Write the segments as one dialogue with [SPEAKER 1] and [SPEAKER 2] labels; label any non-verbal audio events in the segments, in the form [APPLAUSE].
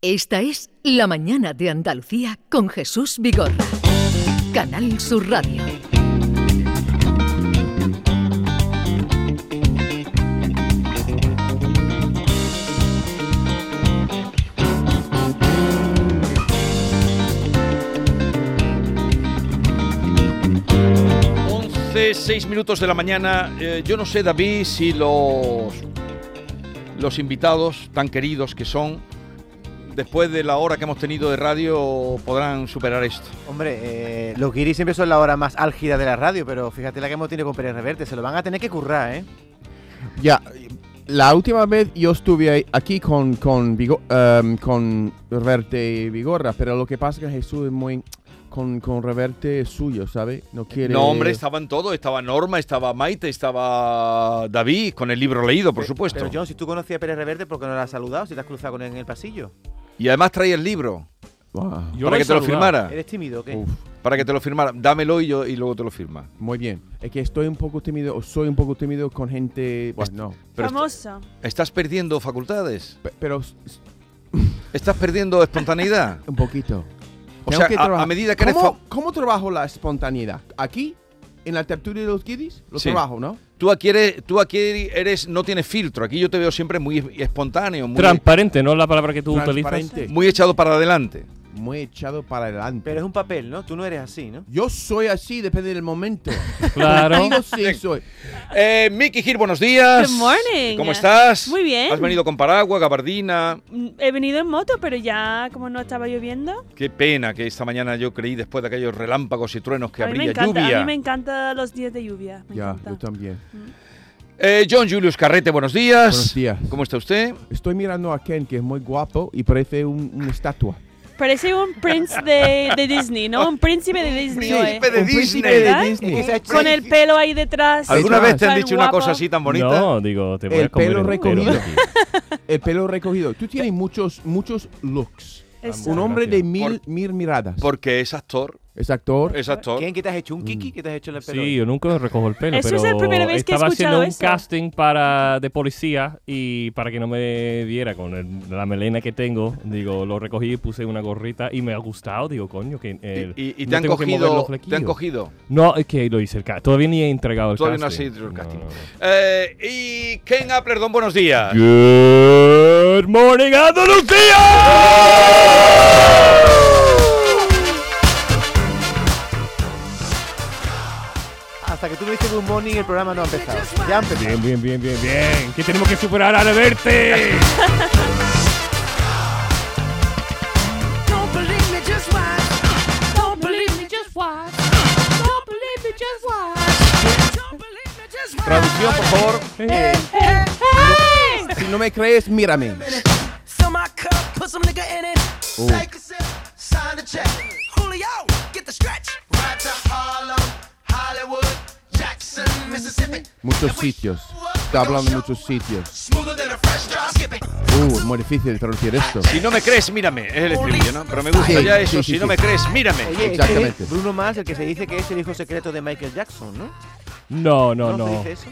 [SPEAKER 1] Esta es La Mañana de Andalucía con Jesús Vigorra. Canal Sur Radio.
[SPEAKER 2] Once, seis minutos de la mañana. Eh, yo no sé, David, si los, los invitados tan queridos que son, después de la hora que hemos tenido de radio, podrán superar esto.
[SPEAKER 3] Hombre, eh, los guiris siempre son la hora más álgida de la radio, pero fíjate la que hemos tenido con Pérez Reverte. Se lo van a tener que currar, ¿eh?
[SPEAKER 4] Ya, la última vez yo estuve ahí- aquí con, con, Vigo- em, con Reverte y Vigorra, pero lo que pasa es que Jesús es muy... Con, con Reverte es suyo, ¿sabe? No quiere...
[SPEAKER 2] No, hombre, estaban todos. Estaba Norma, estaba Maite, estaba David, con el libro leído, por supuesto.
[SPEAKER 3] Pero John, si tú conocías a Pérez Reverte, ¿por qué no la has saludado si te has cruzado con él en el pasillo?
[SPEAKER 2] Y además traía el libro
[SPEAKER 4] Wow,
[SPEAKER 5] Yo
[SPEAKER 2] para
[SPEAKER 5] le
[SPEAKER 2] que te lo
[SPEAKER 5] saludaba.
[SPEAKER 2] firmara.
[SPEAKER 3] ¿Eres tímido o qué?
[SPEAKER 4] uf,
[SPEAKER 2] Para que te lo firmara. Dámelo y, yo, y luego te lo firma.
[SPEAKER 4] muy bien. Es que estoy un poco tímido, o soy un poco tímido con gente... Bueno, no.
[SPEAKER 2] Pero
[SPEAKER 6] Famosa.
[SPEAKER 2] est- estás perdiendo facultades.
[SPEAKER 4] Pe- Pero s- s-
[SPEAKER 2] Estás perdiendo espontaneidad.
[SPEAKER 4] un poquito.
[SPEAKER 2] O
[SPEAKER 4] Tengo
[SPEAKER 2] sea,
[SPEAKER 4] que
[SPEAKER 2] a- a,
[SPEAKER 4] trabajar.
[SPEAKER 2] medida que eres
[SPEAKER 4] ¿Cómo,
[SPEAKER 2] fa-
[SPEAKER 4] ¿Cómo trabajo la espontaneidad? ¿Aquí? ¿En la tertulia de los kiddies? Lo
[SPEAKER 2] Sí.
[SPEAKER 4] trabajo, ¿no?
[SPEAKER 2] Tú aquí, eres, tú aquí eres, no tienes filtro. Aquí yo te veo siempre muy espontáneo, muy,
[SPEAKER 5] Transparente, ¿no? Es la palabra que tú utilizas.
[SPEAKER 4] Transparente.
[SPEAKER 2] muy echado para adelante.
[SPEAKER 4] Muy echado para adelante.
[SPEAKER 3] Pero es un papel, ¿no? Tú no eres así, ¿no?
[SPEAKER 4] Yo soy así, depende del momento.
[SPEAKER 5] [LAUGHS] Claro.
[SPEAKER 4] Contigo sí soy.
[SPEAKER 2] Eh, Mickey Gil, buenos días.
[SPEAKER 6] Good morning.
[SPEAKER 2] ¿Cómo estás?
[SPEAKER 6] Muy bien.
[SPEAKER 2] Has venido con paraguas, gabardina.
[SPEAKER 6] Mm, He venido en moto, pero ya como no estaba lloviendo.
[SPEAKER 2] Qué pena que esta mañana yo creí después de aquellos relámpagos y truenos que
[SPEAKER 6] a mí
[SPEAKER 2] habría
[SPEAKER 6] me encanta,
[SPEAKER 2] lluvia.
[SPEAKER 6] a mí me encantan los días de lluvia. Me
[SPEAKER 4] Ya,
[SPEAKER 6] encanta.
[SPEAKER 4] yo también.
[SPEAKER 2] Eh, John Julius Carrete, buenos días.
[SPEAKER 4] Buenos días.
[SPEAKER 2] ¿Cómo está usted?
[SPEAKER 4] [LAUGHS] Estoy mirando a Ken, que es muy guapo y parece un- una estatua.
[SPEAKER 6] Parece un prince de, de Disney, ¿no? Un príncipe de Disney. hoy.
[SPEAKER 2] príncipe de
[SPEAKER 4] Un príncipe
[SPEAKER 2] Disney.
[SPEAKER 4] de
[SPEAKER 6] ¿Verdad?
[SPEAKER 4] Disney.
[SPEAKER 3] Esa
[SPEAKER 6] Con el pelo ahí detrás.
[SPEAKER 2] ¿Alguna vez te han
[SPEAKER 6] tan
[SPEAKER 2] dicho una
[SPEAKER 6] guapo.
[SPEAKER 2] cosa así tan bonita?
[SPEAKER 5] No, digo, te voy
[SPEAKER 4] El
[SPEAKER 5] a comer
[SPEAKER 4] pelo
[SPEAKER 5] entero
[SPEAKER 4] recogido.
[SPEAKER 5] de aquí.
[SPEAKER 4] [LAUGHS] El pelo recogido. Tú tienes muchos, muchos looks.
[SPEAKER 6] Eso.
[SPEAKER 4] Un hombre de
[SPEAKER 5] Gracias.
[SPEAKER 4] mil, mil miradas.
[SPEAKER 2] Porque es actor.
[SPEAKER 4] Es actor.
[SPEAKER 2] Es actor.
[SPEAKER 3] ¿Quién que te has hecho? ¿Un kiki que te has hecho en el pelo?
[SPEAKER 5] Sí, yo nunca recojo el pelo,
[SPEAKER 6] Eso
[SPEAKER 5] pero
[SPEAKER 6] es la primera vez que he
[SPEAKER 5] estaba haciendo
[SPEAKER 6] escuchado
[SPEAKER 5] un
[SPEAKER 6] eso.
[SPEAKER 5] casting para de policía y para que no me viera con el- la melena que tengo, digo, lo recogí y puse una gorrita y me ha gustado, digo, coño, que el-
[SPEAKER 2] Y, y- y
[SPEAKER 5] no
[SPEAKER 2] te, han
[SPEAKER 5] tengo que mover
[SPEAKER 2] cogido,
[SPEAKER 5] los
[SPEAKER 2] te han
[SPEAKER 5] flequillos.
[SPEAKER 2] cogido.
[SPEAKER 5] No, es que lo hice el casting. Todavía ni he entregado el
[SPEAKER 2] Todavía no has
[SPEAKER 5] casting.
[SPEAKER 2] hecho el casting.
[SPEAKER 5] No, no, no.
[SPEAKER 2] Eh, y Ken Appler, don buenos días.
[SPEAKER 5] Good morning, Andalucía.
[SPEAKER 3] Hasta que tú me dices Good Morning, el programa no ha empezado. Ya ha empezado.
[SPEAKER 5] Bien, bien, bien, bien, bien. Que tenemos que superar a verte.
[SPEAKER 7] Don't believe me, just watch. Don't believe me, just watch. Don't believe me, just watch. Don't believe me, just watch.
[SPEAKER 2] Traducción, por favor.
[SPEAKER 4] Eh,
[SPEAKER 7] Hey, hey.
[SPEAKER 4] si no me crees, mírame. Uh.
[SPEAKER 7] Fill my cup, put some nigga in it. Take a sip, sign the check. Julio, get the stretch. Ride to Harlem, Hollywood, Jackson, Mississippi.
[SPEAKER 4] Muchos sitios. Está hablando de muchos sitios.
[SPEAKER 7] Smoother than a fresh drop. Skip it.
[SPEAKER 4] Uh, es muy difícil traducir esto.
[SPEAKER 2] Si no me crees, mírame. Es el estribillo, ¿no? Pero me gusta
[SPEAKER 4] Sí,
[SPEAKER 2] ya
[SPEAKER 4] sí,
[SPEAKER 2] eso.
[SPEAKER 4] sí,
[SPEAKER 2] Si no
[SPEAKER 4] sí.
[SPEAKER 2] me crees, mírame.
[SPEAKER 3] Oye, este
[SPEAKER 4] Exactamente.
[SPEAKER 3] es Bruno Mars, el que se dice que es el hijo secreto de Michael Jackson, ¿no?
[SPEAKER 5] No, no,
[SPEAKER 3] se
[SPEAKER 5] no.
[SPEAKER 3] dice eso?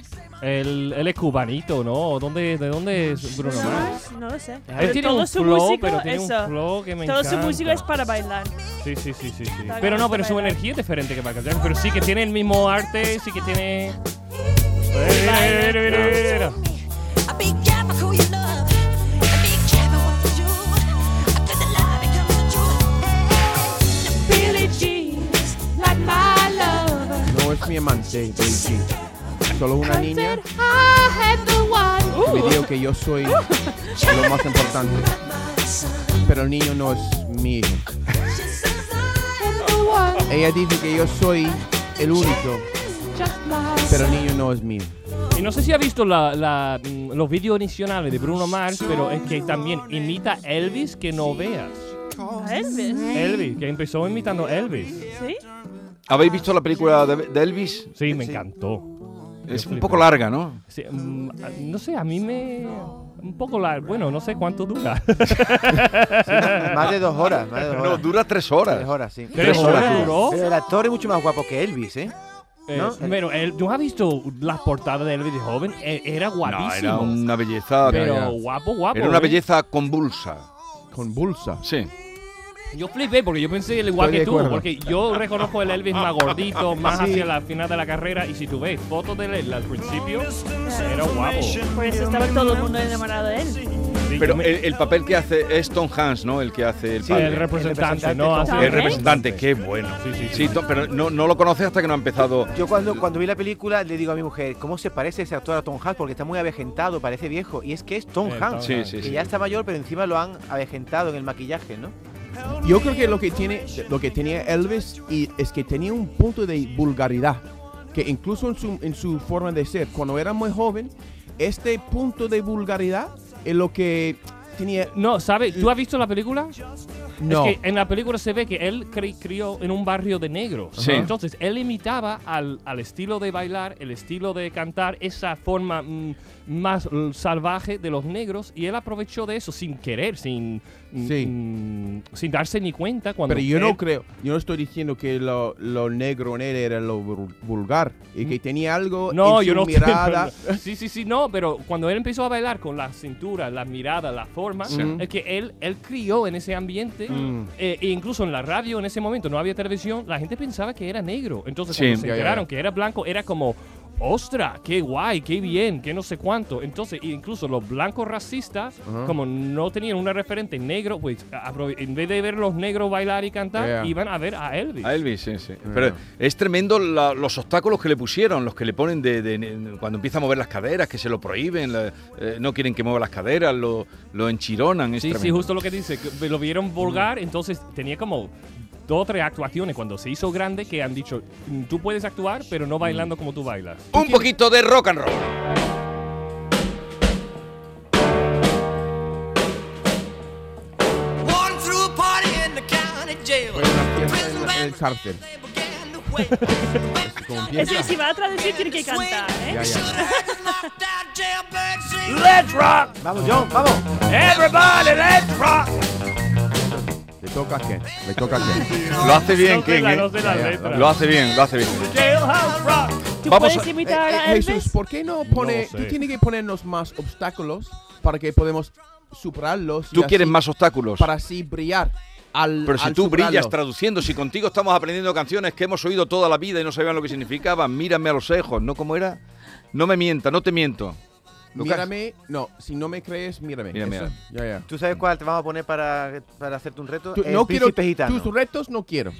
[SPEAKER 5] Él, él es cubanito, ¿no? ¿Dónde, ¿De dónde es Bruno Mars?
[SPEAKER 6] No lo sé.
[SPEAKER 5] Él
[SPEAKER 6] Pero
[SPEAKER 5] tiene
[SPEAKER 6] todo
[SPEAKER 5] un
[SPEAKER 6] su
[SPEAKER 5] flow,
[SPEAKER 6] músico,
[SPEAKER 5] pero tiene un
[SPEAKER 6] eso.
[SPEAKER 5] flow que me
[SPEAKER 6] todo su
[SPEAKER 5] encanta.
[SPEAKER 6] músico es para bailar.
[SPEAKER 5] Sí, sí, sí, sí. sí.
[SPEAKER 6] Está
[SPEAKER 5] Pero no, pero su
[SPEAKER 6] bien.
[SPEAKER 5] energía es diferente que Michael Jackson. Pero sí que tiene el mismo arte, sí que tiene... Eh,
[SPEAKER 7] Be careful who you love. Be careful what you do. 'Cause the lie becomes the truth.
[SPEAKER 6] Billie Jean's like my love.
[SPEAKER 4] No es mi amante, Billie Jean. Solo una niña
[SPEAKER 6] Uh.
[SPEAKER 4] que me dijo que yo soy lo más importante. Pero el niño no es mi hijo. Ella dice que yo soy el único, pero el niño no es mío.
[SPEAKER 5] Y no sé si ha visto la- la, mm, los vídeos adicionales de Bruno Mars, pero es que también imita Elvis que no veas.
[SPEAKER 6] ¿A Elvis?
[SPEAKER 5] Elvis, que empezó imitando Elvis.
[SPEAKER 6] ¿Sí?
[SPEAKER 2] ¿Habéis visto la película de, de Elvis?
[SPEAKER 5] Sí, me encantó.
[SPEAKER 2] Es un
[SPEAKER 5] flipo.
[SPEAKER 2] poco larga, ¿no?
[SPEAKER 5] Sí, mm, a- no sé, a mí me... Un poco la... Bueno, no sé cuánto dura. [LAUGHS]
[SPEAKER 3] Más de dos horas, más de dos
[SPEAKER 2] No,
[SPEAKER 3] horas.
[SPEAKER 2] dura tres
[SPEAKER 3] Tres
[SPEAKER 2] horas.
[SPEAKER 3] horas, sí.
[SPEAKER 5] ¿Tres
[SPEAKER 2] horas.
[SPEAKER 5] horas duró?
[SPEAKER 3] Pero el actor es mucho más guapo que Elvis, ¿eh?
[SPEAKER 5] Eh,
[SPEAKER 3] ¿no?
[SPEAKER 5] Pero él, ¿tú has visto las portadas de Elvis de joven? Eh, era
[SPEAKER 2] No, era
[SPEAKER 5] guapísimo.
[SPEAKER 2] una belleza.
[SPEAKER 5] pero
[SPEAKER 4] ya, ya.
[SPEAKER 5] guapo, guapo.
[SPEAKER 2] Era una
[SPEAKER 5] ¿eh?
[SPEAKER 2] belleza convulsa.
[SPEAKER 4] con Bulsa.
[SPEAKER 2] Sí.
[SPEAKER 5] Yo flipé porque yo pensé el igual
[SPEAKER 4] Estoy de
[SPEAKER 5] que tú,
[SPEAKER 4] acuerdo.
[SPEAKER 5] porque yo reconozco el Elvis más gordito,
[SPEAKER 4] [LAUGHS]
[SPEAKER 5] más hacia la final de la carrera, y si tú ves fotos de él al principio, era guapo. Sí,
[SPEAKER 6] Por eso estaba todo el mundo enamorado de él.
[SPEAKER 5] yo
[SPEAKER 2] Pero
[SPEAKER 5] me-
[SPEAKER 2] el, el papel que hace es Tom Hanks, ¿no? El que hace el
[SPEAKER 5] sí, el
[SPEAKER 2] padre.
[SPEAKER 5] representante,
[SPEAKER 3] representante,
[SPEAKER 5] ¿no?
[SPEAKER 3] ¿no?
[SPEAKER 5] Hace-
[SPEAKER 2] El representante, qué bueno.
[SPEAKER 5] Sí, sí, sí.
[SPEAKER 2] to- pero no, no lo conoces hasta que no ha empezado.
[SPEAKER 3] Yo cuando, cuando vi la película le digo a mi mujer, ¿cómo se parece ese actor a Tom Hanks? Porque está muy avejentado, parece viejo. Y es que es Tom
[SPEAKER 5] Eh, Tom
[SPEAKER 3] Hanks,
[SPEAKER 2] Sí,
[SPEAKER 5] Hanks.
[SPEAKER 2] sí,
[SPEAKER 3] que
[SPEAKER 2] sí.
[SPEAKER 3] ya está mayor, pero encima lo han avejentado en el maquillaje, ¿no?
[SPEAKER 4] Yo creo que lo que tiene, lo que tenía Elvis y es que tenía un punto de vulgaridad que incluso en su, en su forma de ser, cuando era muy joven, este punto de vulgaridad es lo que tenía.
[SPEAKER 5] No, ¿sabes? ¿Tú has visto la película?
[SPEAKER 4] No.
[SPEAKER 5] Es que en la película se ve que él cri- crió en un barrio de negros.
[SPEAKER 2] Sí.
[SPEAKER 5] Entonces, él imitaba al, al estilo de bailar, el estilo de cantar, esa forma mm, más mm, salvaje de los negros. Y él aprovechó de eso sin querer, sin, mm,
[SPEAKER 4] Sí.
[SPEAKER 5] mm, sin darse ni cuenta. Cuando
[SPEAKER 4] Pero yo no
[SPEAKER 5] él-
[SPEAKER 4] creo, yo no estoy diciendo que lo, lo negro en él era lo vul- vulgar y que tenía algo en
[SPEAKER 5] No,
[SPEAKER 4] su
[SPEAKER 5] yo no [LAUGHS]
[SPEAKER 4] mirada.
[SPEAKER 5] Sí, sí, sí, no, pero cuando él empezó a bailar con la cintura, la mirada, la forma,
[SPEAKER 2] Sí.
[SPEAKER 5] es que él, él crió en ese ambiente,
[SPEAKER 4] Mm.
[SPEAKER 5] eh, e incluso en la radio en ese momento no había televisión, la gente pensaba que era negro. Entonces,
[SPEAKER 2] Sí.
[SPEAKER 5] cuando se
[SPEAKER 4] Ya, ya, ya.
[SPEAKER 5] enteraron que era blanco, era como. ¡Ostra! ¡Qué guay! ¡Qué bien! ¡Qué no sé cuánto! Entonces, incluso los blancos racistas, como no tenían una referente negro, pues apro- en vez de ver los negros bailar y cantar,
[SPEAKER 4] Ya, ya.
[SPEAKER 5] iban a ver a Elvis.
[SPEAKER 2] A Elvis, sí, sí. Pero es tremendo la- los obstáculos que le pusieron, los que le ponen de, de- cuando empieza a mover las caderas, que se lo prohíben, la- eh, no quieren que mueva las caderas, lo, lo enchironan. es
[SPEAKER 5] Sí, sí,
[SPEAKER 2] tremendo.
[SPEAKER 5] justo lo que dice. que me Lo vieron vulgar, entonces tenía como dos o tres actuaciones cuando se hizo grande que han dicho, "Mm, tú puedes actuar, pero no
[SPEAKER 2] Mm.
[SPEAKER 5] bailando como tú bailas.
[SPEAKER 2] Un poquito de rock and roll.
[SPEAKER 7] Walking through a party in the county jail.
[SPEAKER 4] Fue una fiesta en la- en el cárcel. [LAUGHS] como
[SPEAKER 6] Es que
[SPEAKER 4] empieza.
[SPEAKER 6] si va a traducir tiene que cantar, ¿eh?
[SPEAKER 4] Ya, ya.
[SPEAKER 7] Let's rock!
[SPEAKER 3] Vamos, John, vamos.
[SPEAKER 7] Everybody, let's rock!
[SPEAKER 4] Le toca a Ken, le toca a Ken.
[SPEAKER 2] [LAUGHS] Lo hace bien,
[SPEAKER 5] No sé
[SPEAKER 2] King.
[SPEAKER 5] la-
[SPEAKER 2] ¿eh?
[SPEAKER 5] no sé la letra.
[SPEAKER 2] Lo hace bien, lo hace bien.
[SPEAKER 5] Jailhouse Rock.
[SPEAKER 6] ¿Tú
[SPEAKER 2] Vamos
[SPEAKER 6] puedes
[SPEAKER 2] a-
[SPEAKER 6] imitar
[SPEAKER 4] Eh, eh,
[SPEAKER 6] a
[SPEAKER 4] Jesús,
[SPEAKER 6] Elvis?
[SPEAKER 2] pues,
[SPEAKER 4] ¿por qué no pone,
[SPEAKER 5] No sé.
[SPEAKER 4] tú tienes que ponernos más obstáculos para que podemos superarlos? y
[SPEAKER 2] Tú
[SPEAKER 4] así-
[SPEAKER 2] quieres más obstáculos.
[SPEAKER 4] para así brillar. Al,
[SPEAKER 2] Pero si
[SPEAKER 4] al
[SPEAKER 2] tú brillas
[SPEAKER 4] superarlo.
[SPEAKER 2] traduciendo, si contigo estamos aprendiendo canciones que hemos oído toda la vida y no sabían lo que significaban, mírame a los ojos, ¿no? ¿Cómo era? No me mienta, no te miento. Lucas.
[SPEAKER 4] mírame, no, si no me crees, mírame.
[SPEAKER 2] Mírame,
[SPEAKER 4] Eso,
[SPEAKER 2] mírame.
[SPEAKER 4] Ya, ya.
[SPEAKER 3] ¿Tú sabes cuál te vamos a poner para, para hacerte un reto?
[SPEAKER 4] Tú-
[SPEAKER 3] el
[SPEAKER 4] no quiero
[SPEAKER 3] príncipe Eh, gitano.
[SPEAKER 4] tus retos, no quiero.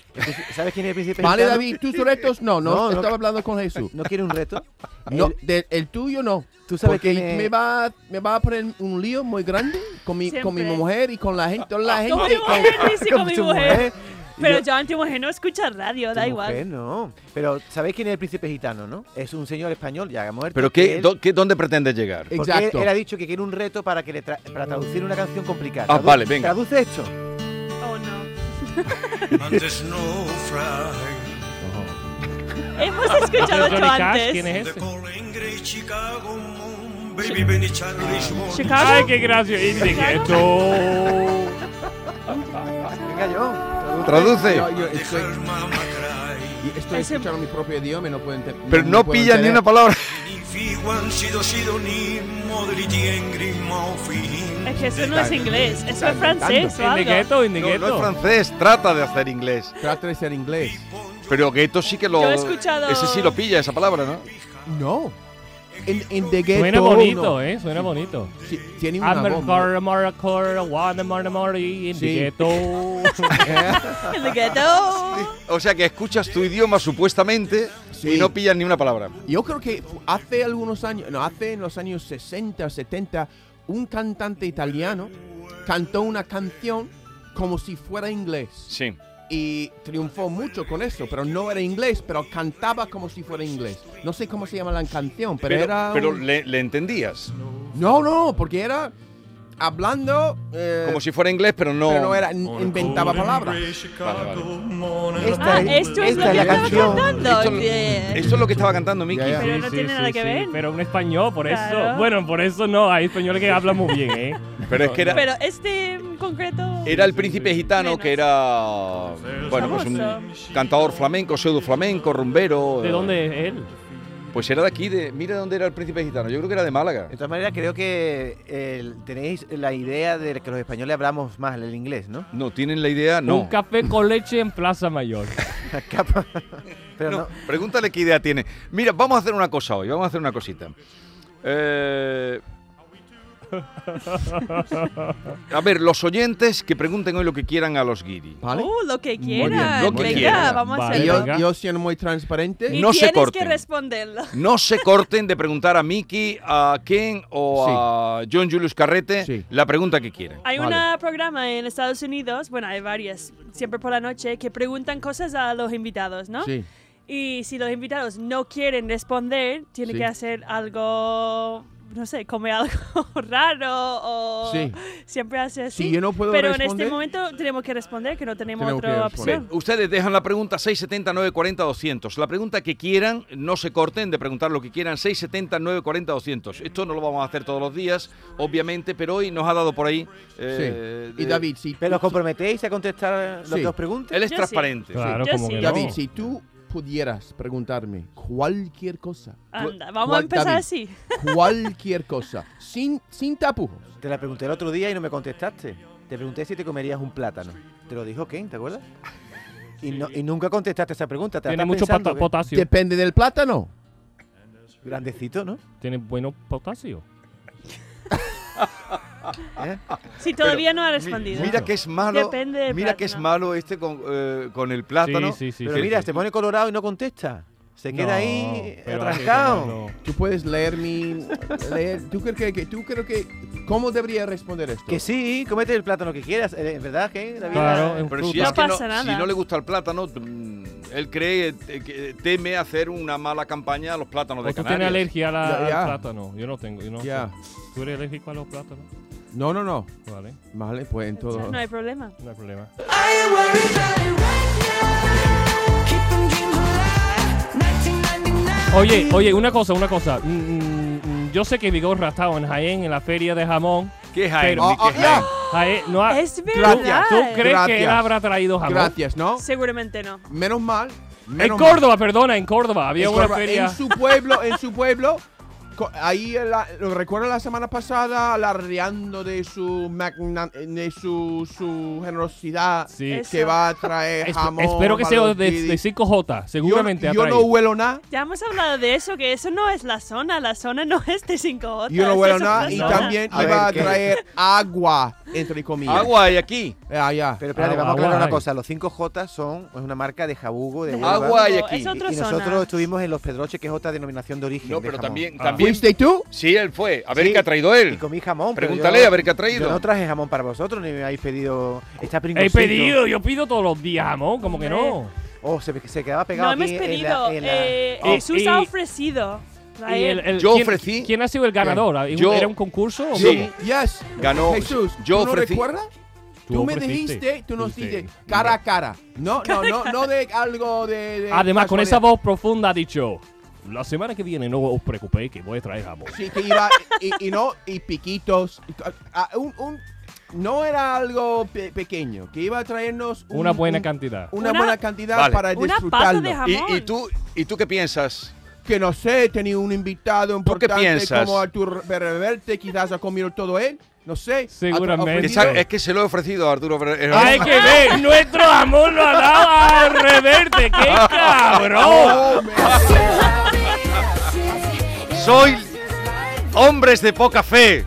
[SPEAKER 3] ¿Sabes quién es el príncipe
[SPEAKER 4] Vale,
[SPEAKER 3] gitano?
[SPEAKER 4] David, tus retos, no, no,
[SPEAKER 3] No, no.
[SPEAKER 4] estaba hablando con Jesús.
[SPEAKER 3] ¿No quiere un
[SPEAKER 6] [LAUGHS]
[SPEAKER 3] reto? [LAUGHS]
[SPEAKER 4] No,
[SPEAKER 3] El-
[SPEAKER 4] de- el tuyo no.
[SPEAKER 3] Tú sabes
[SPEAKER 4] porque
[SPEAKER 3] quién es-
[SPEAKER 4] me va, me va a poner un lío muy grande con mi, con mi
[SPEAKER 6] Siempre.
[SPEAKER 4] mujer y con la gente, toda
[SPEAKER 5] Ah,
[SPEAKER 4] la
[SPEAKER 6] Con mi
[SPEAKER 4] gente.
[SPEAKER 6] mujer, dice con mi
[SPEAKER 3] tu
[SPEAKER 6] mujer. Pero
[SPEAKER 3] Yo-
[SPEAKER 6] John, tu mujer no escucha radio, da
[SPEAKER 3] tu
[SPEAKER 6] igual.
[SPEAKER 3] mujer, no. Pero ¿sabéis quién es el príncipe gitano, no? Es un señor español ya muerto.
[SPEAKER 2] ¿Pero
[SPEAKER 3] que
[SPEAKER 2] qué,
[SPEAKER 3] él-
[SPEAKER 2] do- qué- dónde pretendes llegar?
[SPEAKER 4] Eh,
[SPEAKER 3] porque él-
[SPEAKER 4] Exacto.
[SPEAKER 3] Él, ha dicho que quiere un reto para que le tra- para traducir una canción complicada.
[SPEAKER 2] Ah,
[SPEAKER 3] Tradu-
[SPEAKER 2] vale, venga.
[SPEAKER 3] Traduce esto.
[SPEAKER 6] Oh, no.
[SPEAKER 7] And there's no fry.
[SPEAKER 6] Hemos escuchado
[SPEAKER 5] Johnny
[SPEAKER 6] esto
[SPEAKER 5] Cash, ¿quién
[SPEAKER 6] antes.
[SPEAKER 5] es ese?
[SPEAKER 7] calling great Chicago moon. Baby, ven y Charlie's moon.
[SPEAKER 6] Chicago.
[SPEAKER 5] Ay, qué gracioso. Y de
[SPEAKER 6] Claro.
[SPEAKER 5] gueto.
[SPEAKER 3] Venga, John.
[SPEAKER 2] Traduce.
[SPEAKER 4] No, yo estoy,
[SPEAKER 7] Her mama cry.
[SPEAKER 4] y estoy
[SPEAKER 6] Ese-
[SPEAKER 4] escuchando mi propio idioma y no pueden
[SPEAKER 2] Pero no pillas ni una palabra.
[SPEAKER 7] Ni fi wan sido sido ni modri di angry mouth
[SPEAKER 6] Es que eso no es inglés, eso es francés o
[SPEAKER 5] Y de
[SPEAKER 6] algo.
[SPEAKER 5] gueto, y de
[SPEAKER 2] No, no es
[SPEAKER 5] gueto.
[SPEAKER 2] francés, trata de hacer inglés.
[SPEAKER 4] Trata de ser inglés.
[SPEAKER 2] Pero gueto sí que lo.
[SPEAKER 6] Yo he escuchado-
[SPEAKER 2] Ese sí lo pilla, esa palabra, ¿no?
[SPEAKER 4] No. En, en the ghetto,
[SPEAKER 5] Suena bonito,
[SPEAKER 4] no.
[SPEAKER 5] ¿eh? Suena bonito.
[SPEAKER 4] Sí, tiene una bomba.
[SPEAKER 5] Amarcor, amarcor, one more, more, y de
[SPEAKER 4] Sí.
[SPEAKER 5] gueto.
[SPEAKER 6] El de ghetto.
[SPEAKER 2] O sea que escuchas tu idioma supuestamente
[SPEAKER 4] Sí.
[SPEAKER 2] y no pillas ni una palabra.
[SPEAKER 4] Yo creo que fu- hace algunos años, no, hace en los años 60, 70, un cantante italiano cantó una canción como si fuera inglés.
[SPEAKER 2] Sí.
[SPEAKER 4] Y triunfó mucho con eso, pero no era inglés, pero cantaba como si fuera inglés. No sé cómo se llama la canción, pero,
[SPEAKER 2] Pero,
[SPEAKER 4] era...
[SPEAKER 2] pero
[SPEAKER 4] un-
[SPEAKER 2] le, le entendías.
[SPEAKER 4] No, no, porque era hablando... eh,
[SPEAKER 2] Como si fuera inglés, pero no.
[SPEAKER 4] Pero no era, inventaba palabras.
[SPEAKER 3] Esta
[SPEAKER 6] Ah,
[SPEAKER 3] esta
[SPEAKER 6] esto es lo que
[SPEAKER 3] es la
[SPEAKER 6] estaba
[SPEAKER 3] canción.
[SPEAKER 6] cantando.
[SPEAKER 2] Esto,
[SPEAKER 6] Bien.
[SPEAKER 2] esto es lo que estaba cantando Miki.
[SPEAKER 4] Ya, ya.
[SPEAKER 6] Pero no tiene nada que ver.
[SPEAKER 5] Pero un español, por eso.
[SPEAKER 6] Claro.
[SPEAKER 5] Bueno, por eso no. Hay españoles que hablan muy bien, ¿eh?
[SPEAKER 2] Pero es que era.
[SPEAKER 6] Pero este en concreto.
[SPEAKER 2] Era el príncipe gitano
[SPEAKER 6] Menos.
[SPEAKER 2] que era. Bueno, pues un
[SPEAKER 6] Famoso.
[SPEAKER 2] cantador flamenco, pseudo flamenco, rumbero.
[SPEAKER 5] ¿De
[SPEAKER 2] eh,
[SPEAKER 5] dónde es él?
[SPEAKER 2] Pues era de aquí, de, mira dónde era el príncipe gitano. Yo creo que era de Málaga.
[SPEAKER 3] De todas maneras, creo que eh, tenéis la idea de que los españoles hablamos más el inglés, ¿no?
[SPEAKER 2] No, tienen la idea, no.
[SPEAKER 5] Un café con leche en Plaza Mayor.
[SPEAKER 3] Capa. Pero
[SPEAKER 2] No,
[SPEAKER 3] no.
[SPEAKER 2] Pregúntale qué idea tiene. Mira, vamos a hacer una cosa hoy, vamos a hacer una cosita. Eh, [LAUGHS] a ver, los oyentes que pregunten hoy lo que quieran a los guiri.
[SPEAKER 4] ¿Vale?
[SPEAKER 6] Uh, lo que
[SPEAKER 4] Muy bien,
[SPEAKER 6] quieran.
[SPEAKER 2] lo que
[SPEAKER 6] Venga,
[SPEAKER 2] quieran.
[SPEAKER 6] vamos a
[SPEAKER 5] Vale,
[SPEAKER 6] hacerlo.
[SPEAKER 4] Yo,
[SPEAKER 5] venga.
[SPEAKER 4] yo siendo muy transparente.
[SPEAKER 6] Y
[SPEAKER 2] No se
[SPEAKER 6] tienes
[SPEAKER 2] corten.
[SPEAKER 6] que responderlo.
[SPEAKER 2] No se corten de preguntar a Miki, a Ken o
[SPEAKER 4] Sí.
[SPEAKER 2] a John Julius Carrete
[SPEAKER 4] Sí.
[SPEAKER 2] la pregunta que quieran.
[SPEAKER 6] Hay
[SPEAKER 4] Vale.
[SPEAKER 6] un programa en Estados Unidos, bueno, hay varias, siempre por la noche, que preguntan cosas a los invitados, ¿no?
[SPEAKER 4] Sí.
[SPEAKER 6] Y si los invitados no quieren responder, tiene
[SPEAKER 4] Sí.
[SPEAKER 6] que hacer algo, no sé, come algo [LAUGHS] raro o
[SPEAKER 4] Sí.
[SPEAKER 6] siempre hace así.
[SPEAKER 4] Si yo no puedo
[SPEAKER 6] Pero en
[SPEAKER 4] responder-
[SPEAKER 6] este momento tenemos que responder, que no tenemos,
[SPEAKER 4] Tenemos que
[SPEAKER 6] otra
[SPEAKER 4] responder.
[SPEAKER 6] opción.
[SPEAKER 2] Ustedes dejan la pregunta 670 940 200. La pregunta que quieran, no se corten de preguntar lo que quieran, 670 940 200. Esto no lo vamos a hacer todos los días, obviamente, pero hoy nos ha dado por ahí. eh,
[SPEAKER 4] sí. Y
[SPEAKER 2] de-
[SPEAKER 4] David, si
[SPEAKER 3] ¿Pero os comprometéis a contestar las
[SPEAKER 4] Sí.
[SPEAKER 3] dos preguntas?
[SPEAKER 2] Él es
[SPEAKER 6] Yo sí.
[SPEAKER 2] transparente.
[SPEAKER 5] Claro,
[SPEAKER 6] Yo
[SPEAKER 5] como
[SPEAKER 6] sí.
[SPEAKER 5] que no.
[SPEAKER 4] David, si tú pudieras preguntarme cualquier cosa,
[SPEAKER 6] Anda, vamos a
[SPEAKER 4] cual-
[SPEAKER 6] empezar
[SPEAKER 4] David,
[SPEAKER 6] así. [LAUGHS]
[SPEAKER 4] cualquier cosa, sin, sin tapujos.
[SPEAKER 3] Te la pregunté el otro día y no me contestaste. Te pregunté si te comerías un plátano. Te lo dijo Ken, ¿te acuerdas? Y, no- y nunca contestaste esa pregunta. Te la
[SPEAKER 5] Tiene
[SPEAKER 3] estás
[SPEAKER 5] mucho
[SPEAKER 3] pensando,
[SPEAKER 5] pota-
[SPEAKER 3] ¿qué?
[SPEAKER 5] potasio.
[SPEAKER 4] Depende del plátano.
[SPEAKER 3] Grandecito, ¿no?
[SPEAKER 5] Tiene bueno potasio.
[SPEAKER 3] ¿Eh?
[SPEAKER 6] Si todavía no ha
[SPEAKER 2] Mi-
[SPEAKER 6] respondido.
[SPEAKER 2] Mira que es malo.
[SPEAKER 6] Depende del
[SPEAKER 2] mira que es
[SPEAKER 6] plátano.
[SPEAKER 2] malo este con, eh, con el plátano.
[SPEAKER 5] Sí, sí, sí.
[SPEAKER 3] pero
[SPEAKER 5] sí,
[SPEAKER 3] mira,
[SPEAKER 5] sí.
[SPEAKER 3] se pone colorado y no contesta. Se queda
[SPEAKER 5] No,
[SPEAKER 3] ahí
[SPEAKER 5] pero
[SPEAKER 3] atrascado.
[SPEAKER 5] no, no.
[SPEAKER 4] Tú puedes leer mi... leer- ¿Tú crees que, que- tú creo que... ¿Cómo debería responder esto?
[SPEAKER 3] Que sí, comete el plátano que quieras. eh, ¿Verdad, Ken? David?
[SPEAKER 5] Claro, en
[SPEAKER 2] Pero
[SPEAKER 5] fruta.
[SPEAKER 2] si, es
[SPEAKER 6] No
[SPEAKER 2] que no,
[SPEAKER 6] pasa nada.
[SPEAKER 2] si no le gusta el plátano, mm, él cree, eh, que teme hacer una mala campaña a los plátanos
[SPEAKER 5] O
[SPEAKER 2] de
[SPEAKER 5] tú tienes
[SPEAKER 2] Canarias.
[SPEAKER 5] alergia a la-
[SPEAKER 4] Ya, ya.
[SPEAKER 5] al plátano. Yo no tengo. Yo no sé.
[SPEAKER 4] Ya.
[SPEAKER 5] ¿Tú eres alérgico a los plátanos?
[SPEAKER 4] No, no, no.
[SPEAKER 5] Vale,
[SPEAKER 4] Vale, pues en todo...
[SPEAKER 6] No hay problema.
[SPEAKER 5] no hay problema.
[SPEAKER 7] I ain't worried about it right now. Keep them dreams alive. 1999.
[SPEAKER 5] Oye, oye, una cosa, una cosa. Mm, mm, mm, yo sé que Vigorra ha estado en Jaén, en la feria de jamón.
[SPEAKER 2] ¿Qué es Jaén?
[SPEAKER 5] Pero-
[SPEAKER 2] Miki?
[SPEAKER 4] Oh, oh,
[SPEAKER 2] ¿Qué es Jaén?
[SPEAKER 5] Jaén no ha...
[SPEAKER 6] Es verdad.
[SPEAKER 4] Gracias.
[SPEAKER 5] ¿Tú crees que él
[SPEAKER 4] Gracias.
[SPEAKER 5] habrá traído jamón?
[SPEAKER 4] Gracias, ¿no?
[SPEAKER 6] Seguramente no.
[SPEAKER 4] Menos mal.
[SPEAKER 5] En
[SPEAKER 4] menos mal.
[SPEAKER 5] Córdoba, perdona, en Córdoba. Había
[SPEAKER 4] En
[SPEAKER 5] una
[SPEAKER 4] Córdoba,
[SPEAKER 5] feria.
[SPEAKER 4] En su pueblo, en su pueblo. co- Ahí, en la- lo recuerdo la semana pasada, alardeando de su magna- de su, su generosidad
[SPEAKER 5] Sí.
[SPEAKER 6] Es-
[SPEAKER 4] que va a traer
[SPEAKER 5] Es-
[SPEAKER 4] Eh, jamón.
[SPEAKER 5] espero que
[SPEAKER 4] para
[SPEAKER 5] sea
[SPEAKER 4] los
[SPEAKER 5] de,
[SPEAKER 4] kiddies.
[SPEAKER 5] de 5J.
[SPEAKER 4] Yo-
[SPEAKER 5] Seguramente ha
[SPEAKER 4] Yo, no
[SPEAKER 5] traído.
[SPEAKER 4] huelo nada,
[SPEAKER 6] Ya hemos hablado de eso, que eso no es la zona, la zona no es de 5 horas.
[SPEAKER 4] yo no huelo nada y
[SPEAKER 5] No.
[SPEAKER 4] también
[SPEAKER 3] A
[SPEAKER 4] iba
[SPEAKER 3] ver,
[SPEAKER 4] a
[SPEAKER 3] ¿qué?
[SPEAKER 4] traer agua, entre comillas.
[SPEAKER 2] Agua hay aquí.
[SPEAKER 4] Eh, allá.
[SPEAKER 3] Pero espérate,
[SPEAKER 5] Ah,
[SPEAKER 3] vamos a aclarar
[SPEAKER 5] agua
[SPEAKER 3] una
[SPEAKER 5] hay.
[SPEAKER 3] cosa. Los 5J son es una marca de jabugo, de
[SPEAKER 6] De
[SPEAKER 3] huelva.
[SPEAKER 2] Agua hay aquí.
[SPEAKER 6] Es otra
[SPEAKER 3] Y
[SPEAKER 6] zona.
[SPEAKER 3] nosotros estuvimos en Los Pedroches, que es otra denominación de origen.
[SPEAKER 2] No,
[SPEAKER 3] de
[SPEAKER 2] pero
[SPEAKER 3] jamón.
[SPEAKER 2] también,
[SPEAKER 5] Ah.
[SPEAKER 2] también.
[SPEAKER 4] ¿Fuiste tú?
[SPEAKER 2] Sí, él fue. A ver
[SPEAKER 3] Sí,
[SPEAKER 2] qué ha traído
[SPEAKER 3] Y
[SPEAKER 2] él.
[SPEAKER 3] comí jamón. pero
[SPEAKER 2] Pregúntale
[SPEAKER 3] yo-
[SPEAKER 2] a ver qué ha traído.
[SPEAKER 3] Yo no traje jamón para vosotros, ni me habéis pedido. Está
[SPEAKER 5] He
[SPEAKER 3] pringoncito.
[SPEAKER 5] pedido, yo pido todos los días jamón, como que no.
[SPEAKER 3] Oh, se, se quedaba pegado
[SPEAKER 6] No
[SPEAKER 3] aquí
[SPEAKER 6] hemos
[SPEAKER 3] en la-
[SPEAKER 6] pedido.
[SPEAKER 3] en la-
[SPEAKER 6] eh,
[SPEAKER 5] Oh.
[SPEAKER 6] Jesús
[SPEAKER 5] Y-
[SPEAKER 6] ha ofrecido.
[SPEAKER 5] Y el- el-
[SPEAKER 2] Yo
[SPEAKER 5] ¿quién-
[SPEAKER 2] ofrecí-
[SPEAKER 5] ¿Quién ha sido el ganador?
[SPEAKER 2] Yo-
[SPEAKER 5] ¿Era un concurso? o
[SPEAKER 2] Sí.
[SPEAKER 5] cómo?
[SPEAKER 4] Yes.
[SPEAKER 2] Ganó.
[SPEAKER 4] Jesús,
[SPEAKER 2] yo
[SPEAKER 4] ¿tú no
[SPEAKER 2] ofrecí-
[SPEAKER 4] recuerdas? Tú, me
[SPEAKER 5] ofreciste.
[SPEAKER 4] dijiste, tú nos
[SPEAKER 5] Sí.
[SPEAKER 4] dijiste cara a cara. No, no, no, no de algo de. de
[SPEAKER 5] Además, con esa
[SPEAKER 4] casualidad.
[SPEAKER 5] voz profunda ha dicho: La semana que viene no os preocupéis que voy a traer jamón.
[SPEAKER 4] Sí, que iba. y, y no, y piquitos. y ca- ah, un- un- no era algo pe- pequeño, que iba a traernos. un-
[SPEAKER 5] Una buena
[SPEAKER 4] un-
[SPEAKER 5] cantidad.
[SPEAKER 4] Una,
[SPEAKER 6] Una-
[SPEAKER 4] buena cantidad
[SPEAKER 2] Vale.
[SPEAKER 4] para
[SPEAKER 6] Una pata de
[SPEAKER 4] disfrutarlo.
[SPEAKER 6] jamón.
[SPEAKER 2] Y, y tú, ¿Y tú qué piensas?
[SPEAKER 4] Que no sé, tenía un invitado
[SPEAKER 2] ¿Tú qué
[SPEAKER 4] importante
[SPEAKER 2] piensas?
[SPEAKER 4] como Arturo Reverte, quizás ha comido todo él. No sé.
[SPEAKER 5] Seguramente.
[SPEAKER 4] Ha- ha
[SPEAKER 2] Que
[SPEAKER 4] ofrecido-
[SPEAKER 2] sa- es que se lo he ofrecido a Arturo. Ber- eh,
[SPEAKER 5] Hay que
[SPEAKER 4] [LAUGHS]
[SPEAKER 5] ver, nuestro amor lo ha dado al reverte, qué cabrón.
[SPEAKER 4] Oh, man.
[SPEAKER 2] Soy hombres de poca fe.